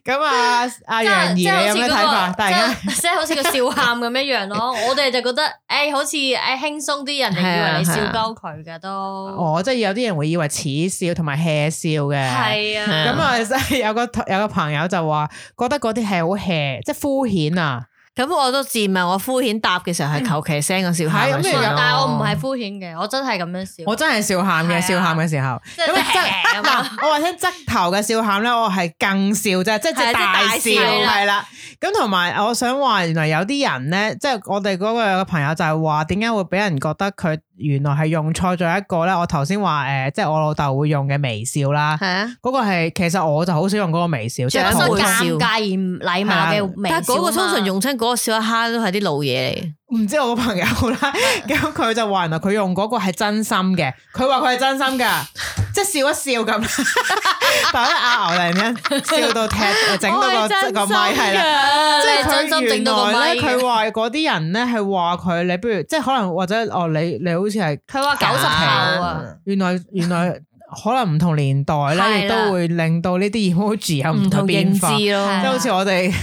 [SPEAKER 4] 咁啊，阿楊怡你
[SPEAKER 2] 即係
[SPEAKER 4] 有
[SPEAKER 2] 即
[SPEAKER 4] 咩
[SPEAKER 2] 係
[SPEAKER 4] 睇法？
[SPEAKER 2] 好似嗰個
[SPEAKER 4] 突然間
[SPEAKER 2] 即係即係好似個笑喊咁一樣咯。我哋就覺得誒，好似誒輕鬆啲，人哋以為你笑鳩佢㗎都
[SPEAKER 4] 啊哦，即係有啲人會以為恥笑同埋 hea 笑嘅。
[SPEAKER 2] 係啊。
[SPEAKER 4] 咁啊， 真係有個有個朋友就話覺得嗰啲係好 hea，即係敷衍啊。
[SPEAKER 3] 咁我都自問，我敷衍答嘅時候係求其 send 個笑
[SPEAKER 4] 係
[SPEAKER 3] 喊
[SPEAKER 4] 咁
[SPEAKER 3] 咪
[SPEAKER 4] 你
[SPEAKER 3] 算
[SPEAKER 4] 有
[SPEAKER 3] 咯，
[SPEAKER 2] 但係啊我唔係敷衍嘅，我真係咁樣笑。
[SPEAKER 4] 我真係笑喊
[SPEAKER 2] 係
[SPEAKER 4] 嘅，
[SPEAKER 2] 啊
[SPEAKER 4] 笑喊嘅時候，
[SPEAKER 2] 即係
[SPEAKER 4] 咁啊
[SPEAKER 2] 即係
[SPEAKER 4] 側嗱，我話聽側頭嘅笑喊咧，我係更笑啫，即係即係
[SPEAKER 3] 係
[SPEAKER 4] 大笑
[SPEAKER 3] 即係
[SPEAKER 2] 大笑
[SPEAKER 4] 係啦。咁同埋我想話，原來有啲人咧，即係我哋嗰個有個朋友就係話，點解會俾人覺得佢原來係用錯咗一個咧？我頭先話誒，即係我老豆會用嘅微笑啦，
[SPEAKER 3] 係啊。
[SPEAKER 4] 嗰個係其實我就好少用嗰個微笑，即係
[SPEAKER 3] 長
[SPEAKER 2] 嗰
[SPEAKER 3] 輩
[SPEAKER 4] 普
[SPEAKER 2] 種
[SPEAKER 4] 通
[SPEAKER 3] 笑
[SPEAKER 2] 尷尬而唔禮貌
[SPEAKER 4] 係
[SPEAKER 2] 嘅
[SPEAKER 4] 啊
[SPEAKER 2] 微笑啊嘛
[SPEAKER 3] 但係嗰個通常用親嗰個笑一哈都係啲老嘢嚟，
[SPEAKER 4] 唔知我個朋友 啦，咁佢就話原來佢用嗰個係真心嘅，佢話佢係真心噶，即係笑一笑 咁。但係咧，阿牛突然間笑到踢，整到個個咪係啦。
[SPEAKER 2] 啦
[SPEAKER 4] 即係
[SPEAKER 2] 真
[SPEAKER 4] 佢
[SPEAKER 2] 心整
[SPEAKER 4] 原
[SPEAKER 2] 到
[SPEAKER 4] 來
[SPEAKER 2] 個咪
[SPEAKER 4] 咧，
[SPEAKER 2] 嘅。
[SPEAKER 4] 佢話嗰啲人咧係話佢，你不如即係可能或者哦，你你好似係
[SPEAKER 2] 佢話九十後啊，
[SPEAKER 4] 原來原來可能唔同年代咧，亦
[SPEAKER 2] 係啦
[SPEAKER 4] 都會令到呢啲 emoji 有唔同變
[SPEAKER 3] 認
[SPEAKER 4] 化，即
[SPEAKER 3] 知
[SPEAKER 2] 係
[SPEAKER 4] 係
[SPEAKER 2] 啊
[SPEAKER 3] 咯，
[SPEAKER 4] 好似我哋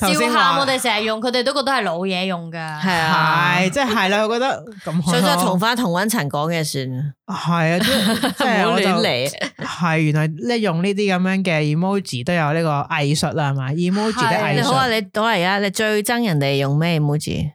[SPEAKER 4] 頭
[SPEAKER 2] 笑
[SPEAKER 4] 先
[SPEAKER 2] 喊我
[SPEAKER 4] 話
[SPEAKER 2] 哋成日用，佢哋都覺得係老嘢用㗎。
[SPEAKER 3] 係啊，
[SPEAKER 4] 係，即係係啦，我覺得咁
[SPEAKER 3] 所以都係
[SPEAKER 4] 咯
[SPEAKER 3] 同翻同温層講嘅算啦，
[SPEAKER 4] 係啊，即 係即
[SPEAKER 3] 唔
[SPEAKER 4] 係
[SPEAKER 3] 好
[SPEAKER 4] 我就
[SPEAKER 3] 亂嚟。
[SPEAKER 4] 係原來咧用呢啲咁樣嘅 emoji 都有呢個藝術啦，係嘛？emoji 的
[SPEAKER 2] 係
[SPEAKER 4] 藝
[SPEAKER 3] 你好啊，
[SPEAKER 4] 術。
[SPEAKER 3] 你好啊，而家你最憎人哋用咩 emoji？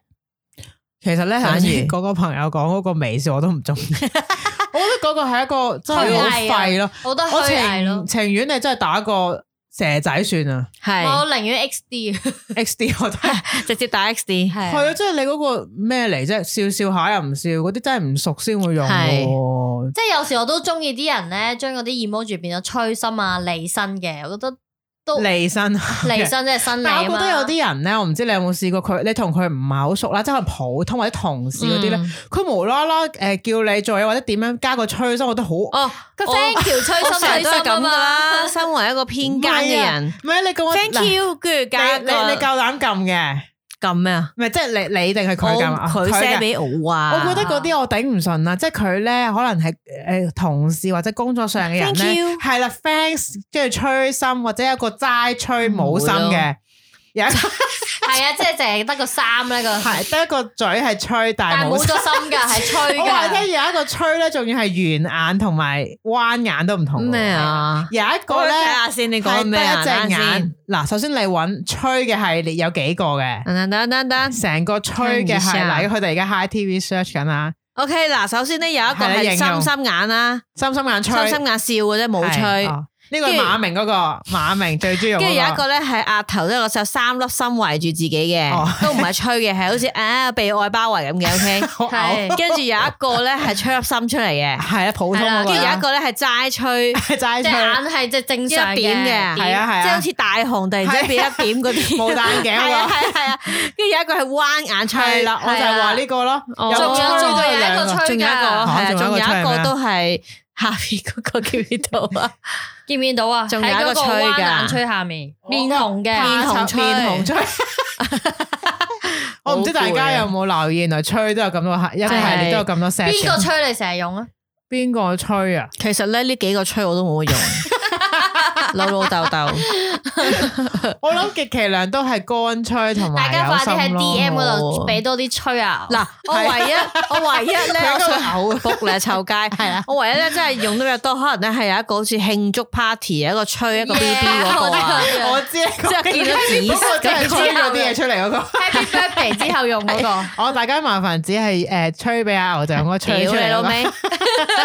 [SPEAKER 4] 其實咧，
[SPEAKER 3] 反而
[SPEAKER 4] 頭先 嗰個朋友講嗰個微笑我都唔中意，我 覺得嗰個係一個真係好
[SPEAKER 3] 啊
[SPEAKER 4] 廢咯。
[SPEAKER 2] 我覺得
[SPEAKER 4] 我
[SPEAKER 2] 虛偽咯
[SPEAKER 4] 情。情願你真係打個蛇仔算 啊
[SPEAKER 3] 係
[SPEAKER 2] 我寧願 X D，係
[SPEAKER 4] ，XD 我都係
[SPEAKER 3] 直接打 XD，
[SPEAKER 4] 係啊，即係你嗰個咩嚟啫？笑笑下又唔笑，嗰啲真係唔熟先會用
[SPEAKER 3] 係
[SPEAKER 4] 喎。
[SPEAKER 2] 即係有時我都中意啲人咧，將嗰啲 emoji 變咗吹心啊、離身嘅，我覺得都
[SPEAKER 4] 離身
[SPEAKER 2] 離身即係生理
[SPEAKER 4] 但
[SPEAKER 2] 啊
[SPEAKER 4] 我覺得有
[SPEAKER 2] 嘛
[SPEAKER 4] 啲人咧，我唔知你有冇試過佢，你同佢唔係好熟啦，即係可能普通或者同事嗰啲
[SPEAKER 3] 嗯
[SPEAKER 4] 咧，佢、無啦啦誒叫你做嘢或者點樣加個吹心，我覺得好。
[SPEAKER 3] 哦，
[SPEAKER 2] 個
[SPEAKER 3] 我
[SPEAKER 2] thank you 吹
[SPEAKER 3] 我
[SPEAKER 2] 心
[SPEAKER 3] 成
[SPEAKER 2] 吹
[SPEAKER 3] 日都係
[SPEAKER 2] 心啊
[SPEAKER 3] 咁噶啦，
[SPEAKER 2] 嘛，
[SPEAKER 3] 身為一個偏見嘅人
[SPEAKER 4] 唔係啊，唔係啊你咁我
[SPEAKER 3] ，thank
[SPEAKER 4] 嗱
[SPEAKER 3] you，跟住加
[SPEAKER 4] 你你你
[SPEAKER 3] 個
[SPEAKER 4] 夠膽撳嘅，
[SPEAKER 3] 撳咩啊？
[SPEAKER 4] 唔係即係你你定係
[SPEAKER 3] 我
[SPEAKER 4] 佢撳啊？
[SPEAKER 3] 佢
[SPEAKER 4] 嘅
[SPEAKER 3] send 俾我啊，
[SPEAKER 4] 我覺得嗰啲我頂唔順啦，即係佢咧可能係誒同事或者工作上嘅人
[SPEAKER 3] Thank
[SPEAKER 4] 咧
[SPEAKER 3] you，
[SPEAKER 4] 係啦，thanks 跟住吹心或者有一個齋吹冇心嘅，有一個
[SPEAKER 2] 係啊，即係淨係得個衫咧個，
[SPEAKER 4] 係得一個嘴係吹，但
[SPEAKER 2] 但
[SPEAKER 4] 係
[SPEAKER 2] 係冇
[SPEAKER 4] 冇心
[SPEAKER 2] 咗。心㗎，係吹
[SPEAKER 4] 我話聽
[SPEAKER 2] 㗎。
[SPEAKER 4] 有一個吹咧，仲要係圓眼同埋彎眼都唔同喎。
[SPEAKER 3] 咩啊？
[SPEAKER 4] 有一
[SPEAKER 3] 我
[SPEAKER 4] 個
[SPEAKER 3] 睇
[SPEAKER 4] 咧
[SPEAKER 3] 下先，你講
[SPEAKER 4] 係
[SPEAKER 3] 咩啊？
[SPEAKER 4] 得一
[SPEAKER 3] 等
[SPEAKER 4] 隻
[SPEAKER 3] 陣先
[SPEAKER 4] 眼。嗱，首先你揾吹嘅系列有幾個嘅？
[SPEAKER 3] 等等等等等
[SPEAKER 4] 成個吹嘅系
[SPEAKER 3] 聽唔
[SPEAKER 4] 列，
[SPEAKER 3] 知
[SPEAKER 4] 佢哋而家 High TV search 緊啦，
[SPEAKER 3] ，OK 嗱，首先咧有一個
[SPEAKER 4] 係你
[SPEAKER 3] 係
[SPEAKER 4] 形容
[SPEAKER 3] 心心眼啦，
[SPEAKER 4] 心心眼吹，
[SPEAKER 3] 心心眼笑嘅啫，冇
[SPEAKER 4] 係
[SPEAKER 3] 吹。
[SPEAKER 4] 哦呢個
[SPEAKER 3] 跟住
[SPEAKER 4] 馬明嗰個馬明最中意用
[SPEAKER 3] 跟住有
[SPEAKER 4] 嗰
[SPEAKER 3] 一
[SPEAKER 4] 個
[SPEAKER 3] 個咧係額頭都有個有三粒心圍住自己
[SPEAKER 4] 哦
[SPEAKER 3] 嘅，都唔係吹嘅，係好似啊被愛包圍咁嘅，OK。
[SPEAKER 4] 好嘔，
[SPEAKER 2] 係
[SPEAKER 3] 跟住有一個咧係吹粒心出嚟嘅，
[SPEAKER 4] 係啊，普通嗰
[SPEAKER 2] 係啦
[SPEAKER 3] 跟
[SPEAKER 4] 個啦，
[SPEAKER 3] 住有一 個咧係齋吹，
[SPEAKER 4] 係齋
[SPEAKER 2] 隻眼
[SPEAKER 4] 吹，
[SPEAKER 2] 係即係正
[SPEAKER 3] 一
[SPEAKER 2] 常
[SPEAKER 3] 點嘅，
[SPEAKER 4] 係啊係啊
[SPEAKER 3] 即係好似大雄突然之間變一點嗰啲，
[SPEAKER 4] 冇戴眼 鏡
[SPEAKER 3] 係
[SPEAKER 4] 嗰
[SPEAKER 3] 啊
[SPEAKER 4] 個，
[SPEAKER 3] 係啊係啊，跟住有一個係彎眼吹，
[SPEAKER 4] 係啊啦，我就係話呢個咯，
[SPEAKER 3] 哦
[SPEAKER 4] 有個
[SPEAKER 2] 仲有
[SPEAKER 4] 吹
[SPEAKER 2] 仲
[SPEAKER 4] 都
[SPEAKER 2] 有
[SPEAKER 4] 有
[SPEAKER 2] 一
[SPEAKER 4] 兩
[SPEAKER 2] 個
[SPEAKER 4] 個
[SPEAKER 2] 吹，
[SPEAKER 3] 仲有一個
[SPEAKER 2] 㗎
[SPEAKER 3] 係啊，
[SPEAKER 4] 哦仲
[SPEAKER 3] 仲
[SPEAKER 4] 有
[SPEAKER 3] 有
[SPEAKER 4] 一個
[SPEAKER 3] 一
[SPEAKER 4] 吹咩
[SPEAKER 3] 個
[SPEAKER 4] 啊
[SPEAKER 3] 都係下邊嗰個叫邊度啊？
[SPEAKER 2] 見唔見到啊？
[SPEAKER 3] 仲有一個
[SPEAKER 2] 喺
[SPEAKER 3] 吹
[SPEAKER 2] 嗰
[SPEAKER 3] 㗎
[SPEAKER 2] 彎眼吹下面，面紅嘅，
[SPEAKER 3] 面紅吹
[SPEAKER 4] 面紅吹。
[SPEAKER 2] 啊
[SPEAKER 4] 我唔知大家有冇留意，原來吹都有咁多系，一個系列都有咁多 set。
[SPEAKER 2] 邊個吹你成日用啊？
[SPEAKER 4] 邊個吹啊？
[SPEAKER 3] 其實咧呢幾個吹我都冇 乜用，老老豆豆。
[SPEAKER 4] 我諗極其量都係乾吹同埋
[SPEAKER 2] 呃大家快啲喺 D M 嗰
[SPEAKER 3] 好
[SPEAKER 2] 度俾多啲吹啊！
[SPEAKER 3] 嗱，我唯一我唯一 咧，
[SPEAKER 4] 佢
[SPEAKER 3] 我
[SPEAKER 4] 應該
[SPEAKER 3] 想
[SPEAKER 4] 會嘔啊
[SPEAKER 3] 仆你臭街，系啦，我唯一咧真係用得比較多，可能咧係有一個好似慶祝 party，有一個吹一個 B B 嗰個啊，
[SPEAKER 2] Yeah，
[SPEAKER 4] 我知，
[SPEAKER 3] 即係見到 紫
[SPEAKER 4] 嗰個
[SPEAKER 3] 色
[SPEAKER 4] 真係吹咗啲嘢出嚟嗰個。
[SPEAKER 2] Happy Birthday 之後用嗰個。
[SPEAKER 4] 我大家麻煩只係誒吹俾阿牛就用嗰個
[SPEAKER 3] 屌
[SPEAKER 4] 吹出
[SPEAKER 3] 你
[SPEAKER 4] 嚟
[SPEAKER 3] 老
[SPEAKER 4] 嗰個。
[SPEAKER 3] 味！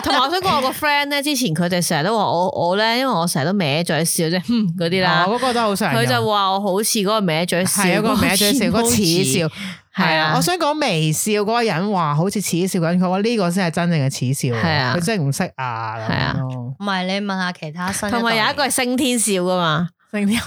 [SPEAKER 3] 同埋我想講，我個 friend 咧，之前佢哋成日都話我我咧，因為我成日都歪嘴嘴笑啫，哼嗯嗰啲啦
[SPEAKER 4] 哦我。嗰個都好常用。
[SPEAKER 3] 佢就話我好似嗰個歪嘴笑，
[SPEAKER 4] 係有個名最笑，嗰個恥笑，
[SPEAKER 3] 係
[SPEAKER 4] 係
[SPEAKER 3] 啊
[SPEAKER 4] 啊！我想講微笑嗰個人話好似恥笑緊，佢話呢個先係真正嘅恥笑喎，
[SPEAKER 3] 係啊
[SPEAKER 4] 佢真係唔識啊咁
[SPEAKER 3] 係啊
[SPEAKER 4] 樣咯。
[SPEAKER 2] 唔係你問下其他新
[SPEAKER 3] 同埋有一個
[SPEAKER 2] 個
[SPEAKER 3] 係升天笑噶嘛，
[SPEAKER 4] 升天，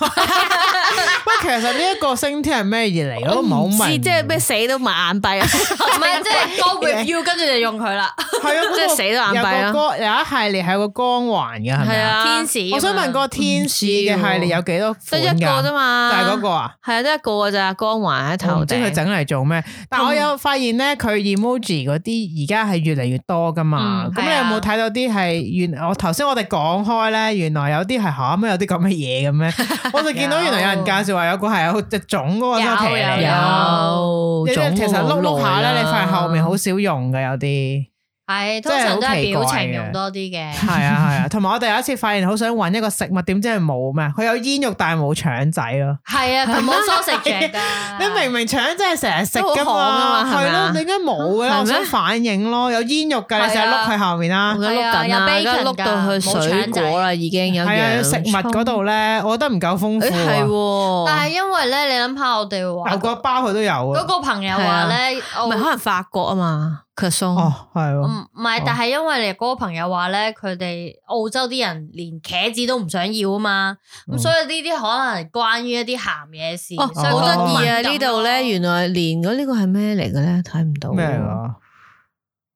[SPEAKER 4] 喂，其實呢一個升天係咩而嚟？我都唔係好
[SPEAKER 3] 唔知
[SPEAKER 4] 明，
[SPEAKER 3] 即係咩死都埋眼閉啊，
[SPEAKER 2] 唔係即係個 review，跟住就用佢啦。
[SPEAKER 4] 係啊，
[SPEAKER 3] 即係死都眼閉
[SPEAKER 4] 有
[SPEAKER 3] 啦
[SPEAKER 4] 個光有一系列係有個光環嘅， 係咪
[SPEAKER 3] 係
[SPEAKER 4] 啊？
[SPEAKER 3] 啊，
[SPEAKER 2] 天使啊嘛，
[SPEAKER 4] 我想問個天使嘅系列有幾多
[SPEAKER 3] 得
[SPEAKER 4] 款
[SPEAKER 3] 一個啫
[SPEAKER 4] 㗎？就
[SPEAKER 3] 嘛，
[SPEAKER 4] 係嗰個啊？
[SPEAKER 3] 係啊，得一個㗎咋，光環喺
[SPEAKER 4] 我
[SPEAKER 3] 頭
[SPEAKER 4] 唔知佢
[SPEAKER 3] 頂，
[SPEAKER 4] 整嚟做咩，但我有發現咧，佢 emoji 嗰啲而家係越嚟越多噶嘛。
[SPEAKER 3] 嗯
[SPEAKER 4] 咁、
[SPEAKER 2] 係啊
[SPEAKER 4] 你有冇睇到啲係原我頭先我哋講開咧，原來有啲係嚇咩有啲咁嘅嘢嘅咩？我就見到原來有人介紹話有個係有隻種嗰個真係騎
[SPEAKER 2] 有
[SPEAKER 4] 呢
[SPEAKER 3] 有
[SPEAKER 4] 有
[SPEAKER 3] 種
[SPEAKER 4] 啲其實碌碌下咧，你發
[SPEAKER 3] 發
[SPEAKER 4] 現後面好少用嘅有啲。
[SPEAKER 2] 係通常都
[SPEAKER 4] 真係好
[SPEAKER 2] 係
[SPEAKER 4] 奇怪
[SPEAKER 2] 表
[SPEAKER 4] 嘅
[SPEAKER 2] 情用多啲嘅。
[SPEAKER 4] 係啊係啊，同埋我哋有一次發現好想揾一個食物，點知係冇咩？佢有煙肉但係冇腸仔咯。
[SPEAKER 2] 係啊，佢冇 sausage 噶。
[SPEAKER 4] 你明明腸真係成日食噶
[SPEAKER 3] 啊都好
[SPEAKER 4] 嘛，
[SPEAKER 3] 行㗎嘛係
[SPEAKER 4] 係
[SPEAKER 3] 咪啊
[SPEAKER 4] 咯，你點解冇嘅咧？
[SPEAKER 3] 係
[SPEAKER 4] 我
[SPEAKER 3] 咩
[SPEAKER 4] 想反應咯，有煙肉㗎，你成日
[SPEAKER 2] 係啊
[SPEAKER 4] 碌喺後面啦
[SPEAKER 3] 我。而家
[SPEAKER 2] 係
[SPEAKER 3] 碌
[SPEAKER 2] 啊
[SPEAKER 3] 緊啦，
[SPEAKER 2] 有
[SPEAKER 3] 而家
[SPEAKER 2] bacon
[SPEAKER 3] 碌到去
[SPEAKER 2] 㗎
[SPEAKER 3] 水果啦，已經有
[SPEAKER 4] 係啊，
[SPEAKER 3] 洋
[SPEAKER 4] 食物嗰度咧，我覺得唔夠豐
[SPEAKER 3] 葱，誒係
[SPEAKER 4] 富
[SPEAKER 3] 喎，
[SPEAKER 2] 哦但係因為咧，你諗下我哋
[SPEAKER 4] 啊。
[SPEAKER 2] 話
[SPEAKER 4] 牛角包佢都有
[SPEAKER 2] 嗰
[SPEAKER 4] 啊。
[SPEAKER 2] 個朋友話咧，
[SPEAKER 3] 唔
[SPEAKER 2] 我
[SPEAKER 3] 係可能法國啊嘛 c r o s s o n
[SPEAKER 4] 哦，係
[SPEAKER 3] 嗯
[SPEAKER 4] 喎。
[SPEAKER 2] 唔唔係，但係因為你嗰個朋友話咧，佢哋澳洲啲人連茄子都唔想要啊嘛，咁
[SPEAKER 4] 嗯
[SPEAKER 2] 所以呢啲可能係關於一啲鹹嘢事。
[SPEAKER 3] 哦，
[SPEAKER 2] 所以
[SPEAKER 3] 好
[SPEAKER 2] 佢
[SPEAKER 4] 哦
[SPEAKER 3] 得意啊！
[SPEAKER 2] 敏感
[SPEAKER 3] 呢度咧，原來連嗰呢個係咩嚟嘅咧，睇唔到
[SPEAKER 4] 咩
[SPEAKER 3] 呢
[SPEAKER 4] 啊？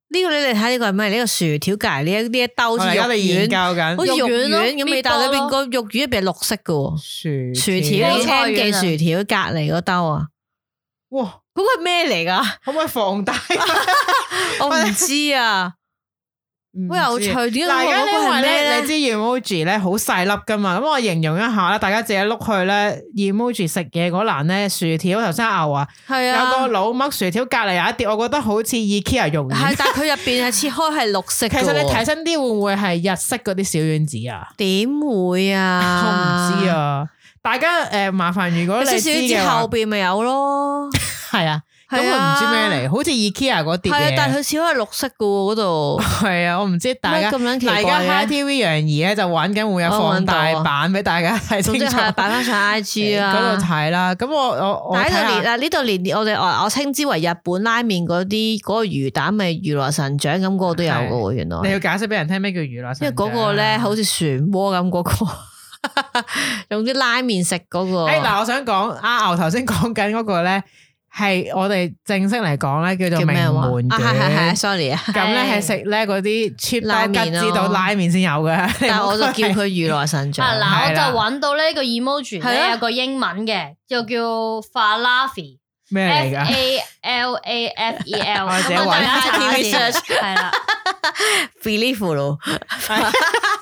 [SPEAKER 3] 個你哋睇呢個係咩？呢個薯條芥呢一呢一兜
[SPEAKER 4] 我
[SPEAKER 3] 好似
[SPEAKER 4] 哋而
[SPEAKER 3] 肉丸
[SPEAKER 4] 家哋研究，緊
[SPEAKER 3] 好似肉
[SPEAKER 2] 肉丸咯
[SPEAKER 3] 丸咁，你但係裏邊
[SPEAKER 2] meatball 咯
[SPEAKER 3] 個肉丸入邊係綠色嘅喎，
[SPEAKER 4] 薯
[SPEAKER 3] 薯條
[SPEAKER 2] 菠菜
[SPEAKER 3] M 記
[SPEAKER 2] 丸啊
[SPEAKER 3] 薯條隔離嗰兜啊，
[SPEAKER 4] 哇，
[SPEAKER 3] 嗰個係咩嚟 噶？
[SPEAKER 4] 可唔可以放大？
[SPEAKER 3] 我唔知啊，好有趣。
[SPEAKER 4] 唔知。
[SPEAKER 3] 點解
[SPEAKER 4] 嗱，而
[SPEAKER 3] 我
[SPEAKER 4] 家
[SPEAKER 3] 嗰個
[SPEAKER 4] 因
[SPEAKER 3] 係
[SPEAKER 4] 為
[SPEAKER 3] 咩
[SPEAKER 4] 咧，
[SPEAKER 3] 咧
[SPEAKER 4] 你知？emoji 咧好細粒噶嘛，咁我形容一下啦，大家自己碌去咧 emoji 食嘢嗰欄咧，薯條頭先牛啊。
[SPEAKER 3] 係
[SPEAKER 4] 有個
[SPEAKER 3] 啊，
[SPEAKER 4] 老麥薯條隔離有一碟，我覺得好似 IKEA 肉丸
[SPEAKER 3] 係，。但係佢入邊係切開係綠色
[SPEAKER 4] 其
[SPEAKER 3] 嘅喎。
[SPEAKER 4] 實你睇真啲，會唔會係日式嗰啲小丸子啊？
[SPEAKER 3] 點會啊？
[SPEAKER 4] 我唔知。啊。大家誒麻煩，如
[SPEAKER 3] 有
[SPEAKER 4] 果你
[SPEAKER 3] 少少
[SPEAKER 4] 知嘅
[SPEAKER 3] 之
[SPEAKER 4] 話
[SPEAKER 3] 後，邊咪有咯，
[SPEAKER 4] 係啊，咁我唔知咩嚟，好似 IKEA 嗰碟
[SPEAKER 3] 係啊
[SPEAKER 4] 嘢，。
[SPEAKER 3] 但係佢似開係綠色嘅喎嗰 度。
[SPEAKER 4] 係啊，我唔知大家
[SPEAKER 3] 咩咁樣奇
[SPEAKER 4] 嗱
[SPEAKER 3] 怪
[SPEAKER 4] 而
[SPEAKER 3] 嘅
[SPEAKER 4] 家 Hi TV 楊怡咧就玩緊會有放大版俾大家睇
[SPEAKER 3] 總
[SPEAKER 4] 清
[SPEAKER 3] 之
[SPEAKER 4] 楚，
[SPEAKER 3] 係擺翻上 I G 啊，
[SPEAKER 4] 嗰度睇啦。咁我我我
[SPEAKER 3] 但
[SPEAKER 4] 睇
[SPEAKER 3] 係呢度
[SPEAKER 4] 下
[SPEAKER 3] 連啊呢度連我哋我我稱之為日本拉麵嗰啲嗰個魚蛋咪如來神掌咁嗰個都有嘅喎，原來
[SPEAKER 4] 你要解釋俾人聽咩叫娛樂神
[SPEAKER 3] 因為嗰個咧
[SPEAKER 4] 像
[SPEAKER 3] 好似漩渦咁嗰個， 總之拉麵食嗰個
[SPEAKER 4] 诶，哎嗱，我想講阿牛頭先講緊嗰個咧，係我哋正式嚟講咧，叫
[SPEAKER 3] 叫
[SPEAKER 4] 做名
[SPEAKER 3] 咩話？
[SPEAKER 4] 門
[SPEAKER 3] 啊係係係
[SPEAKER 4] 卷。
[SPEAKER 3] ，sorry 啊，
[SPEAKER 4] 咁咧
[SPEAKER 2] 係
[SPEAKER 4] 係食咧嗰啲 cheap
[SPEAKER 3] 拉
[SPEAKER 4] 到
[SPEAKER 3] 麵
[SPEAKER 4] 吉
[SPEAKER 3] 咯
[SPEAKER 4] 知道拉麵先有嘅。
[SPEAKER 3] 但係我就叫佢如來神掌，
[SPEAKER 2] 啊嗱，我
[SPEAKER 4] 係啦
[SPEAKER 2] 就揾到呢個 emoji
[SPEAKER 3] 係啊
[SPEAKER 2] 咧有個英文嘅，就叫 falafel。
[SPEAKER 4] 咩嚟
[SPEAKER 2] F
[SPEAKER 4] 㗎？
[SPEAKER 2] A L A F E L，
[SPEAKER 4] 我自己
[SPEAKER 2] 咁
[SPEAKER 4] 揾
[SPEAKER 2] 大家
[SPEAKER 3] 自
[SPEAKER 2] 睇
[SPEAKER 3] 己 search
[SPEAKER 2] 係啦
[SPEAKER 3] believe 咯，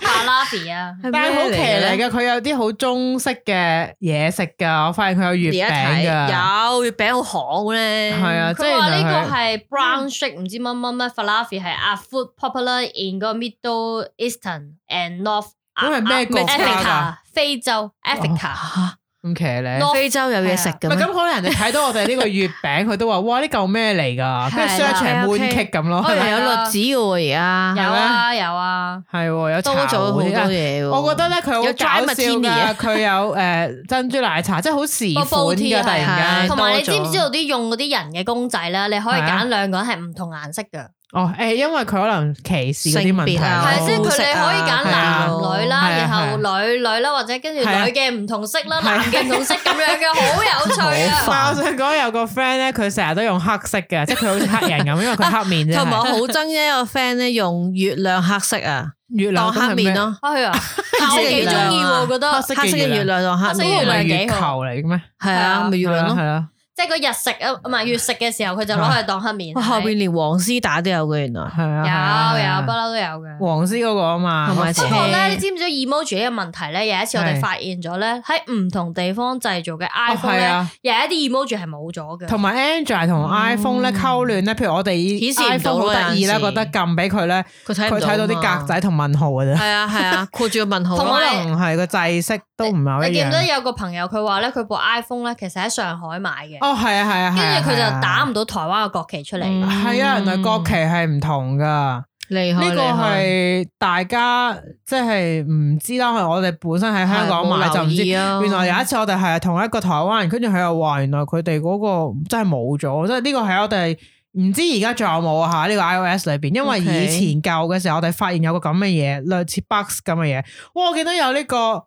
[SPEAKER 2] ，falafel 啊，
[SPEAKER 3] 係咩
[SPEAKER 4] 但係好奇嚟
[SPEAKER 3] 嚟嘅
[SPEAKER 4] 嘅，佢有啲好中式嘅嘢食㗎。我發現佢有月
[SPEAKER 3] 而家
[SPEAKER 4] 餅㗎，
[SPEAKER 3] 睇有月餅好行咧，
[SPEAKER 4] 係啊，即
[SPEAKER 2] 佢話
[SPEAKER 4] 係
[SPEAKER 2] 呢
[SPEAKER 4] 原來
[SPEAKER 2] 個
[SPEAKER 4] 佢
[SPEAKER 2] 係 brown shake 唔知乜乜乜 falafel 係 a food popular in 個 Middle Eastern and North
[SPEAKER 4] 咁係咩國家㗎
[SPEAKER 2] Africa 非洲 Africa
[SPEAKER 4] 啊
[SPEAKER 3] 嚇
[SPEAKER 4] 咁奇咧。
[SPEAKER 2] North-
[SPEAKER 3] 非洲有嘢食
[SPEAKER 4] 唔
[SPEAKER 3] 嘅
[SPEAKER 4] 係
[SPEAKER 3] 咩
[SPEAKER 4] 咁，？可能人哋睇到我哋呢個月餅，佢都話：哇！呢嚿咩嚟㗎？跟住
[SPEAKER 2] 係啦
[SPEAKER 4] search 係 moon
[SPEAKER 3] OK
[SPEAKER 4] cake 咁咯，
[SPEAKER 3] 哦，原來有
[SPEAKER 2] 係啊
[SPEAKER 3] 栗子嘅喎，而
[SPEAKER 4] 哦
[SPEAKER 3] 家
[SPEAKER 2] 有啊有啊，
[SPEAKER 4] 係喎，有
[SPEAKER 3] 多
[SPEAKER 4] 茶
[SPEAKER 3] 咗好多
[SPEAKER 4] 喎而家
[SPEAKER 3] 嘢喎。
[SPEAKER 4] 我覺得咧佢好
[SPEAKER 3] 有 dry
[SPEAKER 4] 搞笑
[SPEAKER 3] martini 啊
[SPEAKER 4] 噶， 佢有誒珍珠奶茶，即係好時款
[SPEAKER 2] Bubble tea 啊
[SPEAKER 4] 㗎，突然
[SPEAKER 3] 係
[SPEAKER 4] 間
[SPEAKER 2] 同埋你知
[SPEAKER 3] 多咗
[SPEAKER 2] 唔知道啲用嗰啲人嘅公仔咧，你可以
[SPEAKER 4] 係啊
[SPEAKER 2] 揀兩個人係唔同顏色嘅。
[SPEAKER 4] 哦誒，因為佢可能歧視嗰啲問題
[SPEAKER 3] 性別啊
[SPEAKER 2] 係，即係
[SPEAKER 3] 膚
[SPEAKER 2] 佢
[SPEAKER 3] 色
[SPEAKER 2] 哋
[SPEAKER 3] 啊
[SPEAKER 2] 可以揀男女啦，
[SPEAKER 4] 係啊
[SPEAKER 2] 然後
[SPEAKER 4] 係
[SPEAKER 2] 女女啦，或者跟住女
[SPEAKER 4] 係啊
[SPEAKER 2] 嘅唔同色啦，
[SPEAKER 4] 係啊
[SPEAKER 2] 男嘅唔同色咁樣嘅，好有趣
[SPEAKER 4] 唔
[SPEAKER 2] 啊！
[SPEAKER 4] 係，我想講有個 friend 咧，佢成日都用黑色嘅，即係佢好似黑人咁，因為佢黑面啫。
[SPEAKER 3] 同埋我
[SPEAKER 4] 係
[SPEAKER 3] 好憎一個 friend 咧用月亮黑色啊，
[SPEAKER 4] 月
[SPEAKER 3] 當
[SPEAKER 4] 亮咁係
[SPEAKER 3] 黑面
[SPEAKER 4] 咩，
[SPEAKER 3] 咯，
[SPEAKER 2] 哎呀，但我幾中意喎，我覺得
[SPEAKER 4] 黑色
[SPEAKER 3] 黑色嘅
[SPEAKER 4] 嘅
[SPEAKER 3] 月
[SPEAKER 4] 月
[SPEAKER 3] 亮當黑
[SPEAKER 2] 黑色
[SPEAKER 4] 嗰
[SPEAKER 2] 嘅
[SPEAKER 4] 個
[SPEAKER 3] 面啊，
[SPEAKER 4] 唔係
[SPEAKER 2] 月
[SPEAKER 4] 月
[SPEAKER 2] 亮幾
[SPEAKER 4] 球
[SPEAKER 2] 好
[SPEAKER 4] 嚟嘅咩？
[SPEAKER 3] 係啊，咪月亮
[SPEAKER 4] 係
[SPEAKER 3] 咯。
[SPEAKER 4] 啦，
[SPEAKER 2] 即係佢日食啊，唔係月食嘅時候，佢就
[SPEAKER 4] 啊
[SPEAKER 2] 攞去當黑面。
[SPEAKER 3] 哇，後邊連黃絲打都有嘅，原來
[SPEAKER 4] 係啊，
[SPEAKER 2] 有
[SPEAKER 4] 係啊
[SPEAKER 2] 有不。嬲都有嘅。
[SPEAKER 4] 黃絲嗰個啊嘛，
[SPEAKER 3] 同埋
[SPEAKER 2] 不過咧，
[SPEAKER 3] 車
[SPEAKER 2] 你知唔知 emoji 呢個問題咧？有一次我哋
[SPEAKER 4] 係
[SPEAKER 2] 發現咗咧，喺唔同地方製造嘅 iPhone
[SPEAKER 4] 係
[SPEAKER 2] 咧
[SPEAKER 4] 啊，
[SPEAKER 2] 有一啲 emoji 係冇咗嘅。
[SPEAKER 4] 同埋 Android 同 iPhone 咧溝亂咧，譬如我
[SPEAKER 3] 嗯顯
[SPEAKER 4] 哋
[SPEAKER 3] 示唔到
[SPEAKER 4] iPhone 好
[SPEAKER 3] 咯
[SPEAKER 4] 得意啦，
[SPEAKER 3] 有陣時
[SPEAKER 4] 覺得撳俾佢咧，
[SPEAKER 3] 佢睇
[SPEAKER 4] 佢
[SPEAKER 3] 唔啊
[SPEAKER 4] 睇到啲格
[SPEAKER 3] 嘛
[SPEAKER 4] 仔同問號嘅啫。
[SPEAKER 3] 係啊係 啊，括住個問號
[SPEAKER 2] 同
[SPEAKER 3] 咯
[SPEAKER 2] 埋。
[SPEAKER 4] 可能係個制式都唔係好
[SPEAKER 2] 你
[SPEAKER 4] 一
[SPEAKER 2] 記唔記得
[SPEAKER 4] 樣。
[SPEAKER 2] 有個朋友佢話咧，佢部 iPhone 咧其實喺上海買嘅。
[SPEAKER 4] 哦，係啊，係啊，係啊
[SPEAKER 2] 跟住佢
[SPEAKER 4] 係啊
[SPEAKER 2] 就打唔到台灣嘅國旗出嚟。
[SPEAKER 3] 嗯
[SPEAKER 2] 嗯
[SPEAKER 4] 係啊，原來國旗係唔同噶，
[SPEAKER 3] 厉害
[SPEAKER 4] 呢個係大家即係唔知啦，可能我哋本身喺香港買就唔知。
[SPEAKER 2] 啊
[SPEAKER 3] 原
[SPEAKER 4] 原來有一次我哋係同一個台灣人，跟住佢又話原來佢哋嗰個真係冇咗，即係呢個係我哋唔知而家仲有冇啊嚇呢個 iOS 裏邊，因為
[SPEAKER 3] OK
[SPEAKER 4] 以前舊嘅時候我哋發現有個咁嘅嘢，類似 box 咁嘅嘢。哇！我見到有呢、個誒、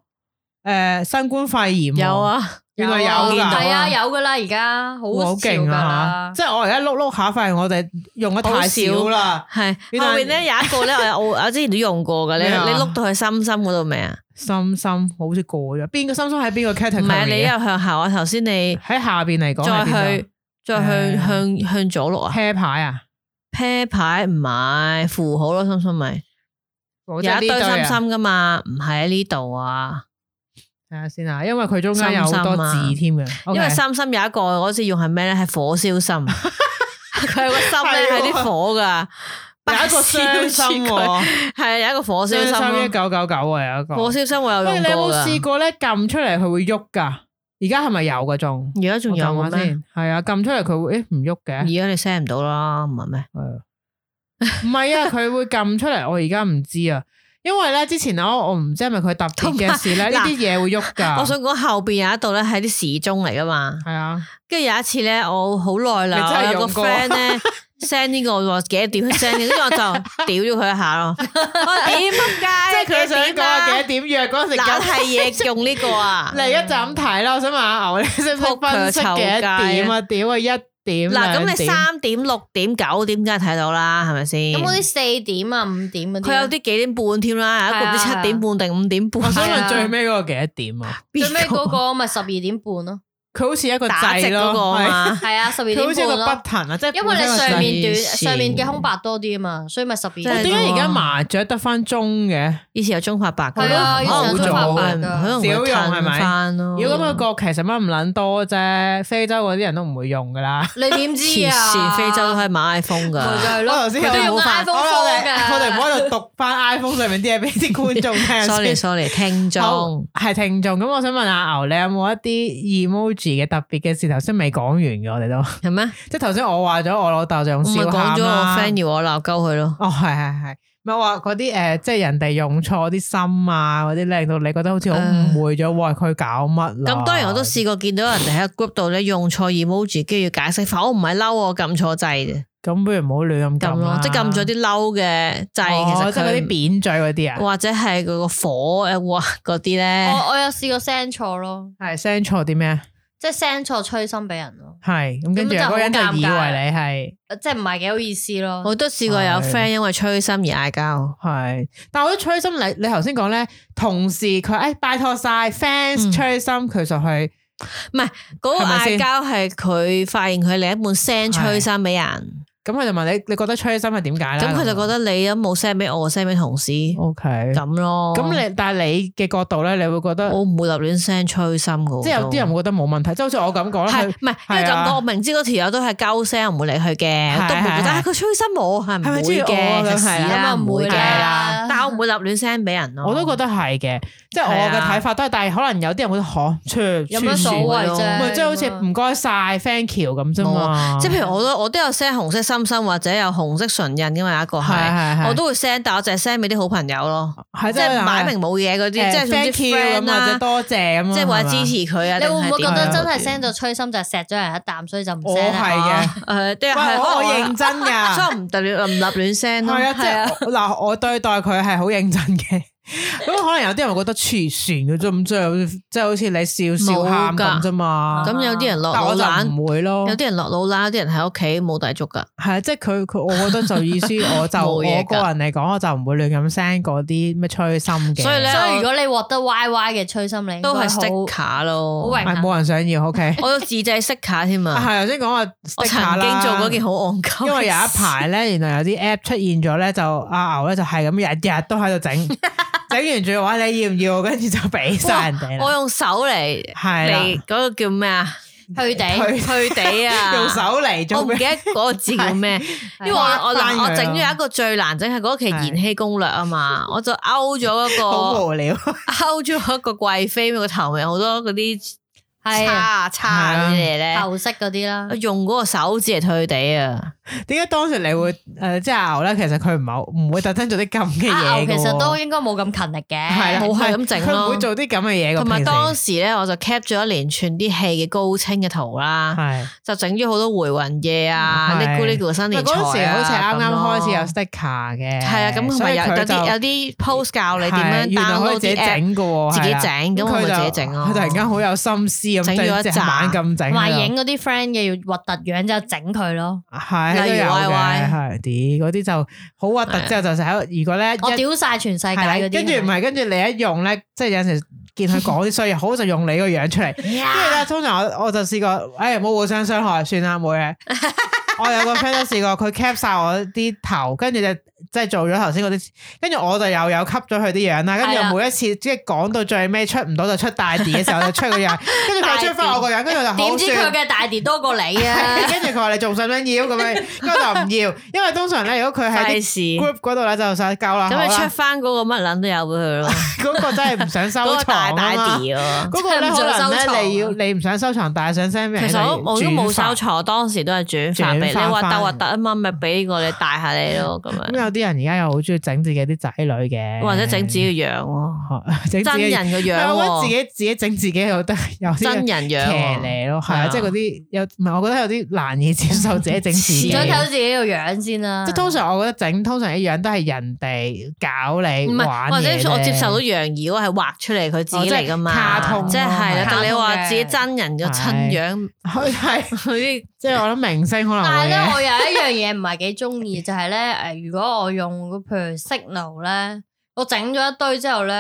[SPEAKER 4] 呃新冠肺炎喎
[SPEAKER 3] 有，啊，
[SPEAKER 4] 原來有
[SPEAKER 2] 有
[SPEAKER 4] 㗎，
[SPEAKER 2] 係啊，有噶啦，而家好
[SPEAKER 4] 哇好
[SPEAKER 2] 勁
[SPEAKER 4] 勁
[SPEAKER 2] 噶
[SPEAKER 4] 啊
[SPEAKER 2] 啦
[SPEAKER 4] 嚇！。即係我而家碌碌下，發現我哋用得太少啦。
[SPEAKER 3] 系
[SPEAKER 4] 原來
[SPEAKER 3] 後面咧有一個咧，我有我我之前都用過嘅，你
[SPEAKER 4] 咩啊
[SPEAKER 3] 你碌到去深深嗰度未啊？
[SPEAKER 4] 心心好似過咗，邊個心心喺邊個
[SPEAKER 3] 唔
[SPEAKER 4] category？
[SPEAKER 3] 係你
[SPEAKER 4] 啊
[SPEAKER 3] 又向下，我頭先你
[SPEAKER 4] 喺下邊嚟講
[SPEAKER 3] 再
[SPEAKER 4] 係啊邊個，
[SPEAKER 3] 去再
[SPEAKER 4] 誒
[SPEAKER 3] 向向向左碌啊
[SPEAKER 4] pair 牌啊，
[SPEAKER 3] ，pair 牌唔係符號咯，心心咪有
[SPEAKER 4] 有
[SPEAKER 3] 一堆心心噶嘛，唔係喺呢度啊，
[SPEAKER 4] 睇下先啊，因為佢中間有好多字添嘅，
[SPEAKER 3] 因
[SPEAKER 4] OK
[SPEAKER 3] 為心啊心有一個我嗰次用係咩咧？係火燒 心，佢有個心咧係
[SPEAKER 4] 係喎
[SPEAKER 3] 啲火噶，
[SPEAKER 4] 有一個傷心喎，
[SPEAKER 3] 係啊有一個火燒
[SPEAKER 4] 傷
[SPEAKER 3] 心
[SPEAKER 4] 心
[SPEAKER 3] 咯，
[SPEAKER 4] 一九九九啊，有一個。
[SPEAKER 3] 火燒心我有
[SPEAKER 4] 喂，
[SPEAKER 3] 用
[SPEAKER 4] 你有
[SPEAKER 3] 過
[SPEAKER 4] 冇
[SPEAKER 3] 噶，
[SPEAKER 4] 試過咧撳出嚟佢會喐㗎？而家係咪有嘅仲？
[SPEAKER 3] 而家仲有
[SPEAKER 4] 我
[SPEAKER 3] 嘅
[SPEAKER 4] 撳下
[SPEAKER 3] 咩？
[SPEAKER 4] 先？係啊，撳出嚟佢會誒唔喐嘅
[SPEAKER 3] 而。家你 send 唔到啦，唔係咩？
[SPEAKER 4] 唔係啊，佢會撳出嚟，我而家唔知啊。因為咧，之前我我唔知係咪佢特別嘅事 咧，
[SPEAKER 3] 同埋
[SPEAKER 4] 呢啲嘢會喐㗎。
[SPEAKER 3] 我想講後邊有一度咧係啲時鐘嚟噶嘛，
[SPEAKER 4] 係啊，
[SPEAKER 3] 跟住有一次咧，我好耐啦，
[SPEAKER 4] 你真係
[SPEAKER 3] 我有個
[SPEAKER 4] 用過
[SPEAKER 3] friend 咧 send 呢個話幾多點 send，呢個跟住我就屌咗佢一下 咯，我點啊
[SPEAKER 4] 即係佢
[SPEAKER 3] 街？
[SPEAKER 4] 想
[SPEAKER 3] 幾點
[SPEAKER 4] 講
[SPEAKER 3] 啊
[SPEAKER 4] 幾多？點約嗰陣時
[SPEAKER 3] 懶
[SPEAKER 4] 咁。
[SPEAKER 3] 係嘢用呢個 啊！
[SPEAKER 4] 嚟一就咁睇啦，我想問下牛，你識唔識分析幾多點啊？屌啊，一點
[SPEAKER 3] 嗱，咁
[SPEAKER 4] 兩
[SPEAKER 3] 你
[SPEAKER 4] 點
[SPEAKER 3] 三點、六點、九點梗係睇到啦，係咪先？
[SPEAKER 2] 咁嗰啲四點啊、五點嗰啲，
[SPEAKER 3] 佢有啲幾點半添啦，有一個唔知七
[SPEAKER 2] 係啊
[SPEAKER 3] 點半定五點半。
[SPEAKER 4] 我想
[SPEAKER 2] 係
[SPEAKER 4] 問
[SPEAKER 2] 啊
[SPEAKER 4] 最尾嗰個幾多點啊？
[SPEAKER 3] 邊
[SPEAKER 2] 最尾
[SPEAKER 3] 個
[SPEAKER 2] 嗰個咪十二點半咯。
[SPEAKER 4] 佢好似一個
[SPEAKER 3] 打直
[SPEAKER 4] 掣
[SPEAKER 3] 嗰個
[SPEAKER 4] 咯，
[SPEAKER 3] 啊
[SPEAKER 4] 係
[SPEAKER 3] 嘛，
[SPEAKER 2] 係啊，十二點
[SPEAKER 4] 佢好似一個
[SPEAKER 2] 半咯。
[SPEAKER 4] 不騰啊，即係
[SPEAKER 2] 因為你上面短，
[SPEAKER 3] 黐線
[SPEAKER 2] 上面嘅空白多啲啊嘛，所以咪十二
[SPEAKER 3] 真係
[SPEAKER 4] 點
[SPEAKER 2] 點。
[SPEAKER 4] 解而家麻雀得翻鐘嘅？
[SPEAKER 3] 以前有中發白㗎
[SPEAKER 2] 係啊
[SPEAKER 3] 可能
[SPEAKER 4] 以前有中發白
[SPEAKER 3] 會
[SPEAKER 2] 㗎
[SPEAKER 3] 可能會
[SPEAKER 4] 少用係咪
[SPEAKER 3] 褪翻咯。
[SPEAKER 4] 如果咁嘅國旗使乜唔撚多啫？非洲嗰啲人都唔會用噶啦。
[SPEAKER 2] 你點知
[SPEAKER 3] 黐線
[SPEAKER 2] 啊？
[SPEAKER 3] 非洲都係買 iPhone
[SPEAKER 2] 咪就
[SPEAKER 3] 㗎。
[SPEAKER 2] 係
[SPEAKER 4] 我
[SPEAKER 2] 咯，
[SPEAKER 4] 頭先
[SPEAKER 2] 佢都
[SPEAKER 4] 有
[SPEAKER 2] 用
[SPEAKER 4] 冇發
[SPEAKER 2] iPhone
[SPEAKER 4] 我
[SPEAKER 2] 科
[SPEAKER 4] 哋我哋唔
[SPEAKER 2] 㗎。
[SPEAKER 4] 好喺度讀翻 iPhone 上面啲嘢俾啲觀眾聽先。
[SPEAKER 3] sorry sorry，聽眾
[SPEAKER 4] 係聽眾，咁我想問下牛，你有冇一啲 emoji 嘅特別嘅事？頭先未講完嘅，我哋都
[SPEAKER 3] 係咩？
[SPEAKER 4] 即係頭先我話咗我老豆就用
[SPEAKER 3] 我咪
[SPEAKER 4] 笑
[SPEAKER 3] 講
[SPEAKER 4] 喊
[SPEAKER 3] 咗我
[SPEAKER 4] 啦
[SPEAKER 3] friend 要我鬧鳩佢咯。
[SPEAKER 4] 哦，係係係，咪話嗰啲诶，誒即係人哋用錯啲心啊，嗰啲令到你覺得好似好誤會咗，喂佢搞乜啦？
[SPEAKER 3] 咁當然我都試過見到人哋喺個 group 度咧用錯 emoji，跟住要解釋翻，我唔係嬲，啊我撳錯掣嘅，
[SPEAKER 4] 咁，不如唔好亂
[SPEAKER 3] 撳
[SPEAKER 4] 咁撳
[SPEAKER 3] 咯
[SPEAKER 4] 啦，，
[SPEAKER 3] 即係撳咗啲嬲嘅掣，
[SPEAKER 4] 哦
[SPEAKER 3] 其
[SPEAKER 4] 即係嗰
[SPEAKER 3] 實
[SPEAKER 4] 啲
[SPEAKER 3] 佢
[SPEAKER 4] 扁嘴嗰啲啊，哦
[SPEAKER 3] 或者係佢個火誒哇嗰啲咧，
[SPEAKER 2] 我我有試過 send 錯咯，
[SPEAKER 4] 係 send 錯啲咩？
[SPEAKER 2] 即係 send 錯催心俾人咯，
[SPEAKER 4] 係咁，跟住
[SPEAKER 2] 咁就
[SPEAKER 4] 嗰
[SPEAKER 2] 好
[SPEAKER 4] 個人就以為你
[SPEAKER 2] 尷尬
[SPEAKER 4] 係
[SPEAKER 2] 即係唔係幾好意思咯。
[SPEAKER 3] 我都試過有
[SPEAKER 4] 係
[SPEAKER 3] friend 因為催心而嗌交，
[SPEAKER 4] 係，但我都吹心你，你頭先講咧，同事佢誒拜託晒 fans
[SPEAKER 3] 嗯
[SPEAKER 4] 吹心，佢就去
[SPEAKER 3] 嗰個
[SPEAKER 4] 係咪
[SPEAKER 3] 嗌
[SPEAKER 4] 先
[SPEAKER 3] 交係佢發現佢另一半 send 催心俾人，
[SPEAKER 4] 咁佢就問你，你覺得吹心係點解咧？
[SPEAKER 3] 咁佢就覺得你都冇 send 俾我，send 俾同事
[SPEAKER 4] O K，
[SPEAKER 3] 咁咯。
[SPEAKER 4] 咁你但係你嘅角度咧，你會覺得
[SPEAKER 3] 我唔會立亂 send 催心噶，
[SPEAKER 4] 即係有啲人會覺得冇問題，即係好似我咁講啦，
[SPEAKER 3] 係
[SPEAKER 4] 佢
[SPEAKER 3] 唔係？因為
[SPEAKER 4] 係
[SPEAKER 3] 咁
[SPEAKER 4] 啊
[SPEAKER 3] 講，我明知嗰條友都係鳩聲，我唔會理佢嘅，
[SPEAKER 4] 係
[SPEAKER 3] 我都唔會覺得
[SPEAKER 4] 係
[SPEAKER 3] 啊佢催心我係唔
[SPEAKER 4] 係咪中
[SPEAKER 3] 會
[SPEAKER 4] 意我啊
[SPEAKER 3] 嘅，
[SPEAKER 4] 咁
[SPEAKER 3] 食屎
[SPEAKER 4] 係啊
[SPEAKER 3] 啦，
[SPEAKER 2] 咁啊
[SPEAKER 3] 唔會
[SPEAKER 2] 唔會
[SPEAKER 3] 嘅。
[SPEAKER 2] 啦
[SPEAKER 3] 但我唔會立亂 send 俾人咯。
[SPEAKER 4] 我都覺得係嘅，即係我嘅
[SPEAKER 3] 啊
[SPEAKER 4] 睇法都係，但係可能有啲人會覺得哦嚇，出
[SPEAKER 2] 有乜所謂
[SPEAKER 3] 算
[SPEAKER 2] 啫？啊
[SPEAKER 4] 咪即係好似唔該晒 thank you 咁啫嘛，
[SPEAKER 3] 啊即係譬如我都我都有 send 紅色心心或者有紅色唇印噶嘛，有一個
[SPEAKER 4] 係
[SPEAKER 3] 係，
[SPEAKER 4] 係係，
[SPEAKER 3] 我都會 send，但我就係 send 俾啲好朋友咯，
[SPEAKER 4] 係
[SPEAKER 3] 即係擺明冇嘢嗰啲，即係
[SPEAKER 4] 誒
[SPEAKER 3] 總之
[SPEAKER 4] thank you
[SPEAKER 3] friend
[SPEAKER 4] 咁或者
[SPEAKER 3] 啦，
[SPEAKER 4] 多謝咁咯，
[SPEAKER 3] 即係話
[SPEAKER 4] 係嘛
[SPEAKER 3] 支持佢啊。
[SPEAKER 2] 你會唔會覺
[SPEAKER 3] 定係
[SPEAKER 2] 得
[SPEAKER 3] 點
[SPEAKER 2] 真
[SPEAKER 3] 啊
[SPEAKER 2] 係 send 咗催心就錫咗人一啖，所以就唔
[SPEAKER 4] 我
[SPEAKER 2] send 啊哦啦？
[SPEAKER 4] 哦
[SPEAKER 3] 誒，
[SPEAKER 4] 係嘅，
[SPEAKER 3] 都係
[SPEAKER 4] 喂
[SPEAKER 3] 可能
[SPEAKER 4] 我我認真
[SPEAKER 3] 所以
[SPEAKER 4] 㗎，
[SPEAKER 3] 我唔特亂唔立亂 send 咯。
[SPEAKER 4] 係啊，即係我嗱我對待佢係好認真嘅。 咁可能有啲人會覺得黐線嘅啫，咁即係即係好似你笑笑喊咁啫嘛。
[SPEAKER 3] 咁有啲人落
[SPEAKER 4] 啊但
[SPEAKER 3] 老
[SPEAKER 4] 我
[SPEAKER 3] 懶
[SPEAKER 4] 就。唔會咯。
[SPEAKER 3] 有啲人落老啦，有啲人喺屋企冇大足噶，
[SPEAKER 4] 係啊，即係佢佢，我覺得就 意思，我就我
[SPEAKER 3] 冇
[SPEAKER 4] 個
[SPEAKER 3] 嘢㗎
[SPEAKER 4] 人嚟講，我就唔會亂咁 send 嗰啲咩催心嘅，
[SPEAKER 3] 所以咧
[SPEAKER 2] 所以如果你獲得 Y Y 嘅催心，你應該
[SPEAKER 3] 都係
[SPEAKER 2] 好
[SPEAKER 3] stick 卡
[SPEAKER 2] 好
[SPEAKER 3] 咯。
[SPEAKER 2] 榮
[SPEAKER 4] 係
[SPEAKER 2] 幸。
[SPEAKER 4] 冇人想要。OK，
[SPEAKER 3] 我有自製 stick 卡添
[SPEAKER 4] 啊
[SPEAKER 3] 啊！
[SPEAKER 4] 係頭先講話
[SPEAKER 3] 我
[SPEAKER 4] stick
[SPEAKER 3] 曾
[SPEAKER 4] 卡啦，
[SPEAKER 3] 經做過件好戇鳩嘅事，
[SPEAKER 4] 因為有一排咧，原來有啲 app 出現咗咧，就阿牛咧就係咁日日都喺度 整，整完仲要話你要唔要，跟住就俾晒人哋
[SPEAKER 3] 我
[SPEAKER 4] 啦，
[SPEAKER 3] 用手嚟
[SPEAKER 4] 係
[SPEAKER 3] 嚟
[SPEAKER 4] 啦，
[SPEAKER 3] 嗰個叫咩啊？
[SPEAKER 2] 去地
[SPEAKER 4] 佢
[SPEAKER 3] 去地啊！
[SPEAKER 4] 用手嚟
[SPEAKER 3] 我
[SPEAKER 4] 做
[SPEAKER 3] 唔記
[SPEAKER 4] 咩？
[SPEAKER 3] 得嗰個字叫 咩，因為我我
[SPEAKER 4] 翻佢
[SPEAKER 3] 嗱
[SPEAKER 4] 啊
[SPEAKER 3] 我整咗一個最難整係嗰期《
[SPEAKER 4] 係
[SPEAKER 3] 延禧攻略》啊嘛，我就勾咗嗰個
[SPEAKER 4] 好無聊，
[SPEAKER 3] 勾咗一個貴妃個頭咪有好多嗰啲
[SPEAKER 2] 係係
[SPEAKER 3] 叉
[SPEAKER 4] 啊
[SPEAKER 3] 叉嗰啲嘢咧，
[SPEAKER 2] 頭飾嗰啲啦
[SPEAKER 3] 我，用嗰個手指嚟推地啊！
[SPEAKER 4] 點解當時你會
[SPEAKER 3] 嗯
[SPEAKER 4] 诶，即系牛咧？其實佢唔係唔會特登做啲咁嘅
[SPEAKER 2] 阿
[SPEAKER 4] 哎嘢
[SPEAKER 2] 牛
[SPEAKER 4] 嘅
[SPEAKER 2] 啊其
[SPEAKER 4] 喎。
[SPEAKER 2] 實都應該冇咁勤力嘅，
[SPEAKER 4] 係啦，
[SPEAKER 3] 冇係咁整咯
[SPEAKER 4] 佢唔會做啲咁嘅嘢㗎。
[SPEAKER 3] 同埋
[SPEAKER 4] 平時
[SPEAKER 3] 當時咧，我就 cap 咗一連串啲戲嘅高清嘅圖啦，
[SPEAKER 4] 係
[SPEAKER 3] 就整咗好多回魂夜啊，
[SPEAKER 4] 啊嗯係
[SPEAKER 3] 呢咕呢咕新年
[SPEAKER 4] 嗰陣時
[SPEAKER 3] 時
[SPEAKER 4] 好似啱啱開始有 sticker 嘅，
[SPEAKER 3] 係啊，咁同
[SPEAKER 4] 所
[SPEAKER 3] 埋
[SPEAKER 4] 以
[SPEAKER 3] 有有
[SPEAKER 4] 佢就
[SPEAKER 3] 啲有啲 post 教你點
[SPEAKER 4] 係
[SPEAKER 3] 樣
[SPEAKER 4] 原來可
[SPEAKER 3] download
[SPEAKER 4] 以自己
[SPEAKER 3] 啲 app，
[SPEAKER 4] 整嘅喎，
[SPEAKER 3] 自己
[SPEAKER 4] 係啊
[SPEAKER 3] 整咁我咪
[SPEAKER 4] 佢就
[SPEAKER 3] 自己整咯
[SPEAKER 4] 佢突然間好有心思咁
[SPEAKER 3] 整咗一
[SPEAKER 4] 即係
[SPEAKER 3] 紮
[SPEAKER 4] 猛咁整啊喺
[SPEAKER 2] 同埋
[SPEAKER 4] 度，
[SPEAKER 2] 影嗰啲 friend 嘅要核突樣之後整佢咯。
[SPEAKER 4] 係都
[SPEAKER 3] 例如
[SPEAKER 4] 有
[SPEAKER 3] YY
[SPEAKER 4] 嘅，係啲嗰啲就好核突，之後就成日喺度如果咧
[SPEAKER 2] 我
[SPEAKER 4] 一
[SPEAKER 2] 屌晒全世界
[SPEAKER 4] 係啦
[SPEAKER 2] 嗰啲，
[SPEAKER 4] 跟住唔係跟住你一用咧， 即係有陣時見佢講啲衰嘢，好就用你個樣出 嚟。跟住咧，通常我我就試過，哎冇互相傷害，算啦，冇 嘢。我有個 friend 都試過，佢 cap 晒我啲頭，跟住就即係做咗頭先嗰啲，跟住我就又有吸咗佢啲樣啦。跟
[SPEAKER 2] 係啦啊
[SPEAKER 4] 住每一次即係講到最尾出唔到就出大碟嘅時候，就出個 樣，跟住佢又出翻我個樣，跟住我就好
[SPEAKER 2] 點知佢
[SPEAKER 4] 算。
[SPEAKER 2] 嘅大碟多過你啊！
[SPEAKER 4] 跟住佢話你仲想唔想要咁樣，跟住我就唔要，因為通常咧，如果 佢喺
[SPEAKER 3] 費
[SPEAKER 4] 啲
[SPEAKER 3] 事
[SPEAKER 4] group 嗰度咧就想夠啦，
[SPEAKER 3] 咁你
[SPEAKER 4] 好啦
[SPEAKER 3] 出翻嗰個乜撚都有俾佢咯，
[SPEAKER 4] 嗰個真係唔想
[SPEAKER 3] 嗰
[SPEAKER 4] 收
[SPEAKER 3] 個大
[SPEAKER 4] 藏啊
[SPEAKER 3] 大
[SPEAKER 4] 嘛。
[SPEAKER 3] 碟啊！
[SPEAKER 4] 嗰個咧
[SPEAKER 2] 真係唔
[SPEAKER 4] 可
[SPEAKER 2] 想
[SPEAKER 4] 能
[SPEAKER 2] 收
[SPEAKER 4] 咧
[SPEAKER 2] 藏
[SPEAKER 4] 你要你唔想收藏，但係想 send 俾
[SPEAKER 3] 其
[SPEAKER 4] 人
[SPEAKER 3] 實我我都冇收
[SPEAKER 4] 轉發。
[SPEAKER 3] 藏，當時都係轉發俾你，
[SPEAKER 4] 轉發
[SPEAKER 3] 你核
[SPEAKER 4] 返啊
[SPEAKER 3] 突核突啊嘛，咪俾個你帶下你咯咁
[SPEAKER 4] 咁
[SPEAKER 3] 樣，
[SPEAKER 4] 有啲人而家又好中意整自己啲仔女嘅，
[SPEAKER 3] 啊或者整自己嘅樣喎，
[SPEAKER 4] 整自
[SPEAKER 3] 真
[SPEAKER 4] 己
[SPEAKER 3] 人嘅
[SPEAKER 4] 唔
[SPEAKER 3] 樣
[SPEAKER 4] 係啊我
[SPEAKER 3] 喎，
[SPEAKER 4] 覺得自己自己整自己有得有啲
[SPEAKER 3] 真
[SPEAKER 4] 騎
[SPEAKER 3] 人樣喎，
[SPEAKER 4] 呢咯，係
[SPEAKER 3] 係啊
[SPEAKER 4] 啊，即係嗰啲有唔係？我覺得有啲難以接受自己整 自己。
[SPEAKER 2] 唔想睇到
[SPEAKER 4] 即
[SPEAKER 2] 自己個樣 先啦。
[SPEAKER 4] 係通常我覺得整通常一樣都係人哋搞你
[SPEAKER 3] 唔係
[SPEAKER 4] 玩
[SPEAKER 3] 或
[SPEAKER 4] 嘢啫
[SPEAKER 3] 者我接受到楊怡嗰係畫出嚟佢自己嚟噶嘛，
[SPEAKER 4] 哦即係卡通
[SPEAKER 3] 即係係啦但
[SPEAKER 4] 係，
[SPEAKER 3] 你
[SPEAKER 2] 卡通
[SPEAKER 3] 話
[SPEAKER 2] 嘅
[SPEAKER 3] 自己真人嘅親樣，
[SPEAKER 4] 佢係
[SPEAKER 3] 佢 啲
[SPEAKER 4] 即係我諗明星可能
[SPEAKER 2] 但係
[SPEAKER 4] 會
[SPEAKER 2] 咧，
[SPEAKER 4] 嘅
[SPEAKER 2] 我有一樣嘢唔係幾中意，就係咧，誒，如果我用譬如 Signal 咧，我整咗一堆之後咧，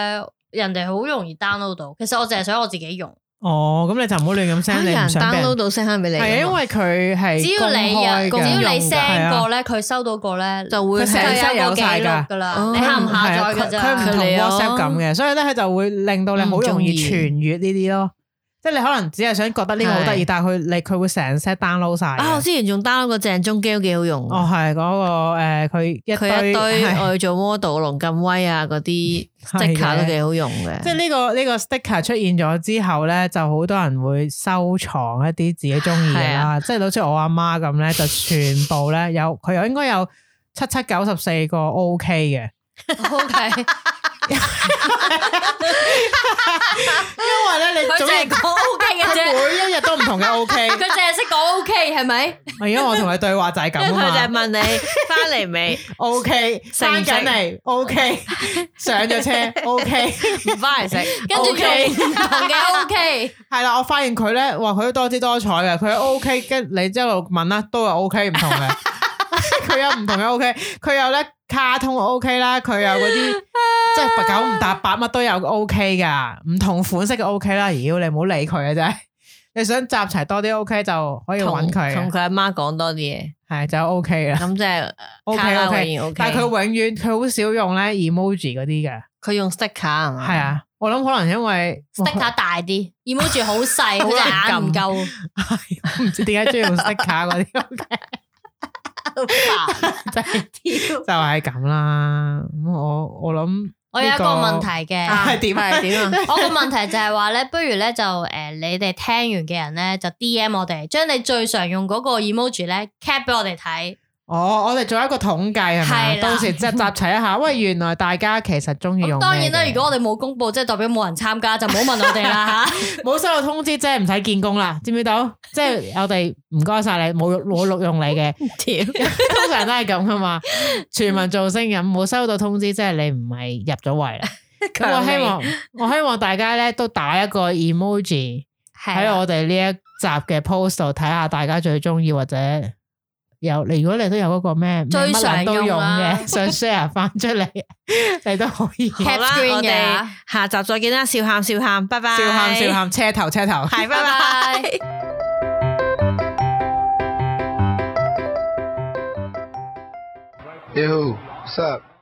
[SPEAKER 2] 人哋好容易 download 到。其實我淨係想我自己用，
[SPEAKER 4] 哦，咁你就唔好亂咁 send，
[SPEAKER 3] 有
[SPEAKER 4] 你唔
[SPEAKER 3] 人
[SPEAKER 4] 想俾
[SPEAKER 3] download
[SPEAKER 4] 人
[SPEAKER 3] 到 send 翻俾你㗎
[SPEAKER 4] 係
[SPEAKER 3] 嘛，
[SPEAKER 4] 啊，因為佢係
[SPEAKER 2] 只要你
[SPEAKER 4] 公開㗎
[SPEAKER 2] 有，只要你
[SPEAKER 3] 用㗎係
[SPEAKER 2] send
[SPEAKER 4] 啊
[SPEAKER 2] 過咧，佢收到過咧，
[SPEAKER 3] 就會
[SPEAKER 4] 佢成
[SPEAKER 2] 佢
[SPEAKER 4] 日
[SPEAKER 2] 有
[SPEAKER 4] 有
[SPEAKER 2] 個記
[SPEAKER 4] 晒㗎
[SPEAKER 2] 錄㗎啦
[SPEAKER 3] 哦。
[SPEAKER 2] 你下唔下載
[SPEAKER 4] 啊佢
[SPEAKER 2] 㗎咋？
[SPEAKER 4] 佢唔同
[SPEAKER 3] 佢哋咯
[SPEAKER 4] WhatsApp 咁嘅，所以咧佢就會令到你好容
[SPEAKER 3] 唔
[SPEAKER 4] 易
[SPEAKER 3] 中意
[SPEAKER 4] 傳閱呢啲咯。即係你可能只係想覺得呢個好得意，
[SPEAKER 3] 係
[SPEAKER 4] 但係佢你佢會成 set download 晒嘅。
[SPEAKER 3] 啊，我之前仲 download 個鄭中基都幾好用喎。
[SPEAKER 4] 哦，係嗰個誒，佢一
[SPEAKER 3] 佢一
[SPEAKER 4] 堆
[SPEAKER 3] 堆
[SPEAKER 4] 係
[SPEAKER 3] 我去做 model 龍咁威啊嗰啲
[SPEAKER 4] 係嘅
[SPEAKER 3] sticker 都幾好用嘅，
[SPEAKER 4] 即係呢個呢個 sticker 出現咗之後咧，就好多人會收藏一啲自己中意嘅
[SPEAKER 3] 係
[SPEAKER 4] 啦。即係好似我阿媽咁咧，就全部咧有佢有應該有七七九十四個 OK 嘅。
[SPEAKER 2] O K，
[SPEAKER 4] 因為咧你
[SPEAKER 2] 佢
[SPEAKER 4] 總
[SPEAKER 2] 淨係
[SPEAKER 4] 之
[SPEAKER 2] 講 O K 嘅 啫，
[SPEAKER 4] 每一日都唔 同嘅 OK。
[SPEAKER 2] 佢淨係識講 O K 係咪？
[SPEAKER 4] 唔係因為我同佢對話就係咁啊
[SPEAKER 3] 因為佢就
[SPEAKER 4] 嘛
[SPEAKER 3] 係。問你翻嚟未，
[SPEAKER 4] O K，
[SPEAKER 3] 成
[SPEAKER 4] 翻
[SPEAKER 3] 唔成
[SPEAKER 4] 緊嚟 ，O K，上咗車，O K，
[SPEAKER 3] 唔翻嚟食，
[SPEAKER 2] 跟住
[SPEAKER 3] O K
[SPEAKER 2] 佢唔 同嘅 O K，
[SPEAKER 4] 係啦，我發現佢咧，哇，佢都多姿多彩嘅，佢 O K，跟你一路問啦，都係 O K 唔 同嘅，佢有唔同嘅 O K，佢有咧卡通 O K 啦，佢有嗰 啲即係九唔搭八乜都有 O K 噶，唔同款式嘅 O K 啦，妖你唔好理佢啊真係，你想集齊多啲 O K 就可以
[SPEAKER 3] 同
[SPEAKER 4] 揾
[SPEAKER 3] 同
[SPEAKER 4] 佢嘅，啊
[SPEAKER 3] 佢阿媽講多啲嘢，
[SPEAKER 4] 係就 O K 啦
[SPEAKER 3] 咁即係
[SPEAKER 4] ，O
[SPEAKER 3] 卡
[SPEAKER 4] K
[SPEAKER 3] 拉
[SPEAKER 4] O
[SPEAKER 3] 永
[SPEAKER 4] K，
[SPEAKER 3] 遠 O K，
[SPEAKER 4] 但係佢永遠佢好少用咧 emoji 嗰啲嘅。
[SPEAKER 3] 佢用 sticker 係嘛？
[SPEAKER 4] 系，啊，我谂可能因为
[SPEAKER 2] 嗯 sticker 大啲，emoji 好細，佢隻眼唔夠。
[SPEAKER 4] 我 唔知点解中意用 sticker 嗰啲，真係就系咁啦。咁我我谂
[SPEAKER 2] 我有一個問題嘅，
[SPEAKER 4] 係點啊
[SPEAKER 3] 係點啊？
[SPEAKER 2] 我個問題就係話咧，不如咧就誒、呃你哋聽完嘅人咧就 D M 我哋，將你最常用嗰個 emoji 咧 cap 俾我哋睇，
[SPEAKER 4] 哦，我哋做一个统计系咪？
[SPEAKER 2] 係啦
[SPEAKER 4] 到时即系集齐一下，喂，原来大家其实中意用
[SPEAKER 2] 咁
[SPEAKER 4] 咩嘅。
[SPEAKER 2] 當然啦，如果我哋冇公佈，即係代表冇人參加，就唔好問我哋啦 嚇。
[SPEAKER 4] 冇收到通知，即系唔使见工啦，知唔知道？即 系我哋唔该晒你，冇冇录用你嘅，通常都系咁噶嘛。全民造聲咁，冇收到通知，即系你唔系入咗圍啦。 咁我希 望我希望大家咧都打一個 emoji。
[SPEAKER 2] 係
[SPEAKER 4] 喺
[SPEAKER 2] 啊
[SPEAKER 4] 我哋呢一集嘅 post 度睇下大家最中意或者有你，如果你都有嗰個咩咩
[SPEAKER 2] 最
[SPEAKER 4] 乜
[SPEAKER 2] 常
[SPEAKER 4] 撚都
[SPEAKER 2] 用啊
[SPEAKER 4] 用
[SPEAKER 2] 啦
[SPEAKER 4] 嘅， 想 share 翻出嚟， 你都可以。
[SPEAKER 3] 好
[SPEAKER 2] cap
[SPEAKER 3] 啦，
[SPEAKER 2] screen
[SPEAKER 3] 我
[SPEAKER 2] 嘅
[SPEAKER 3] 哋。下集再見啦，笑喊笑喊，拜拜，
[SPEAKER 4] 笑喊笑，喊，車頭車頭。
[SPEAKER 3] 係拜
[SPEAKER 2] 拜
[SPEAKER 3] 拜
[SPEAKER 2] 拜。
[SPEAKER 5] Hey, who? What's up?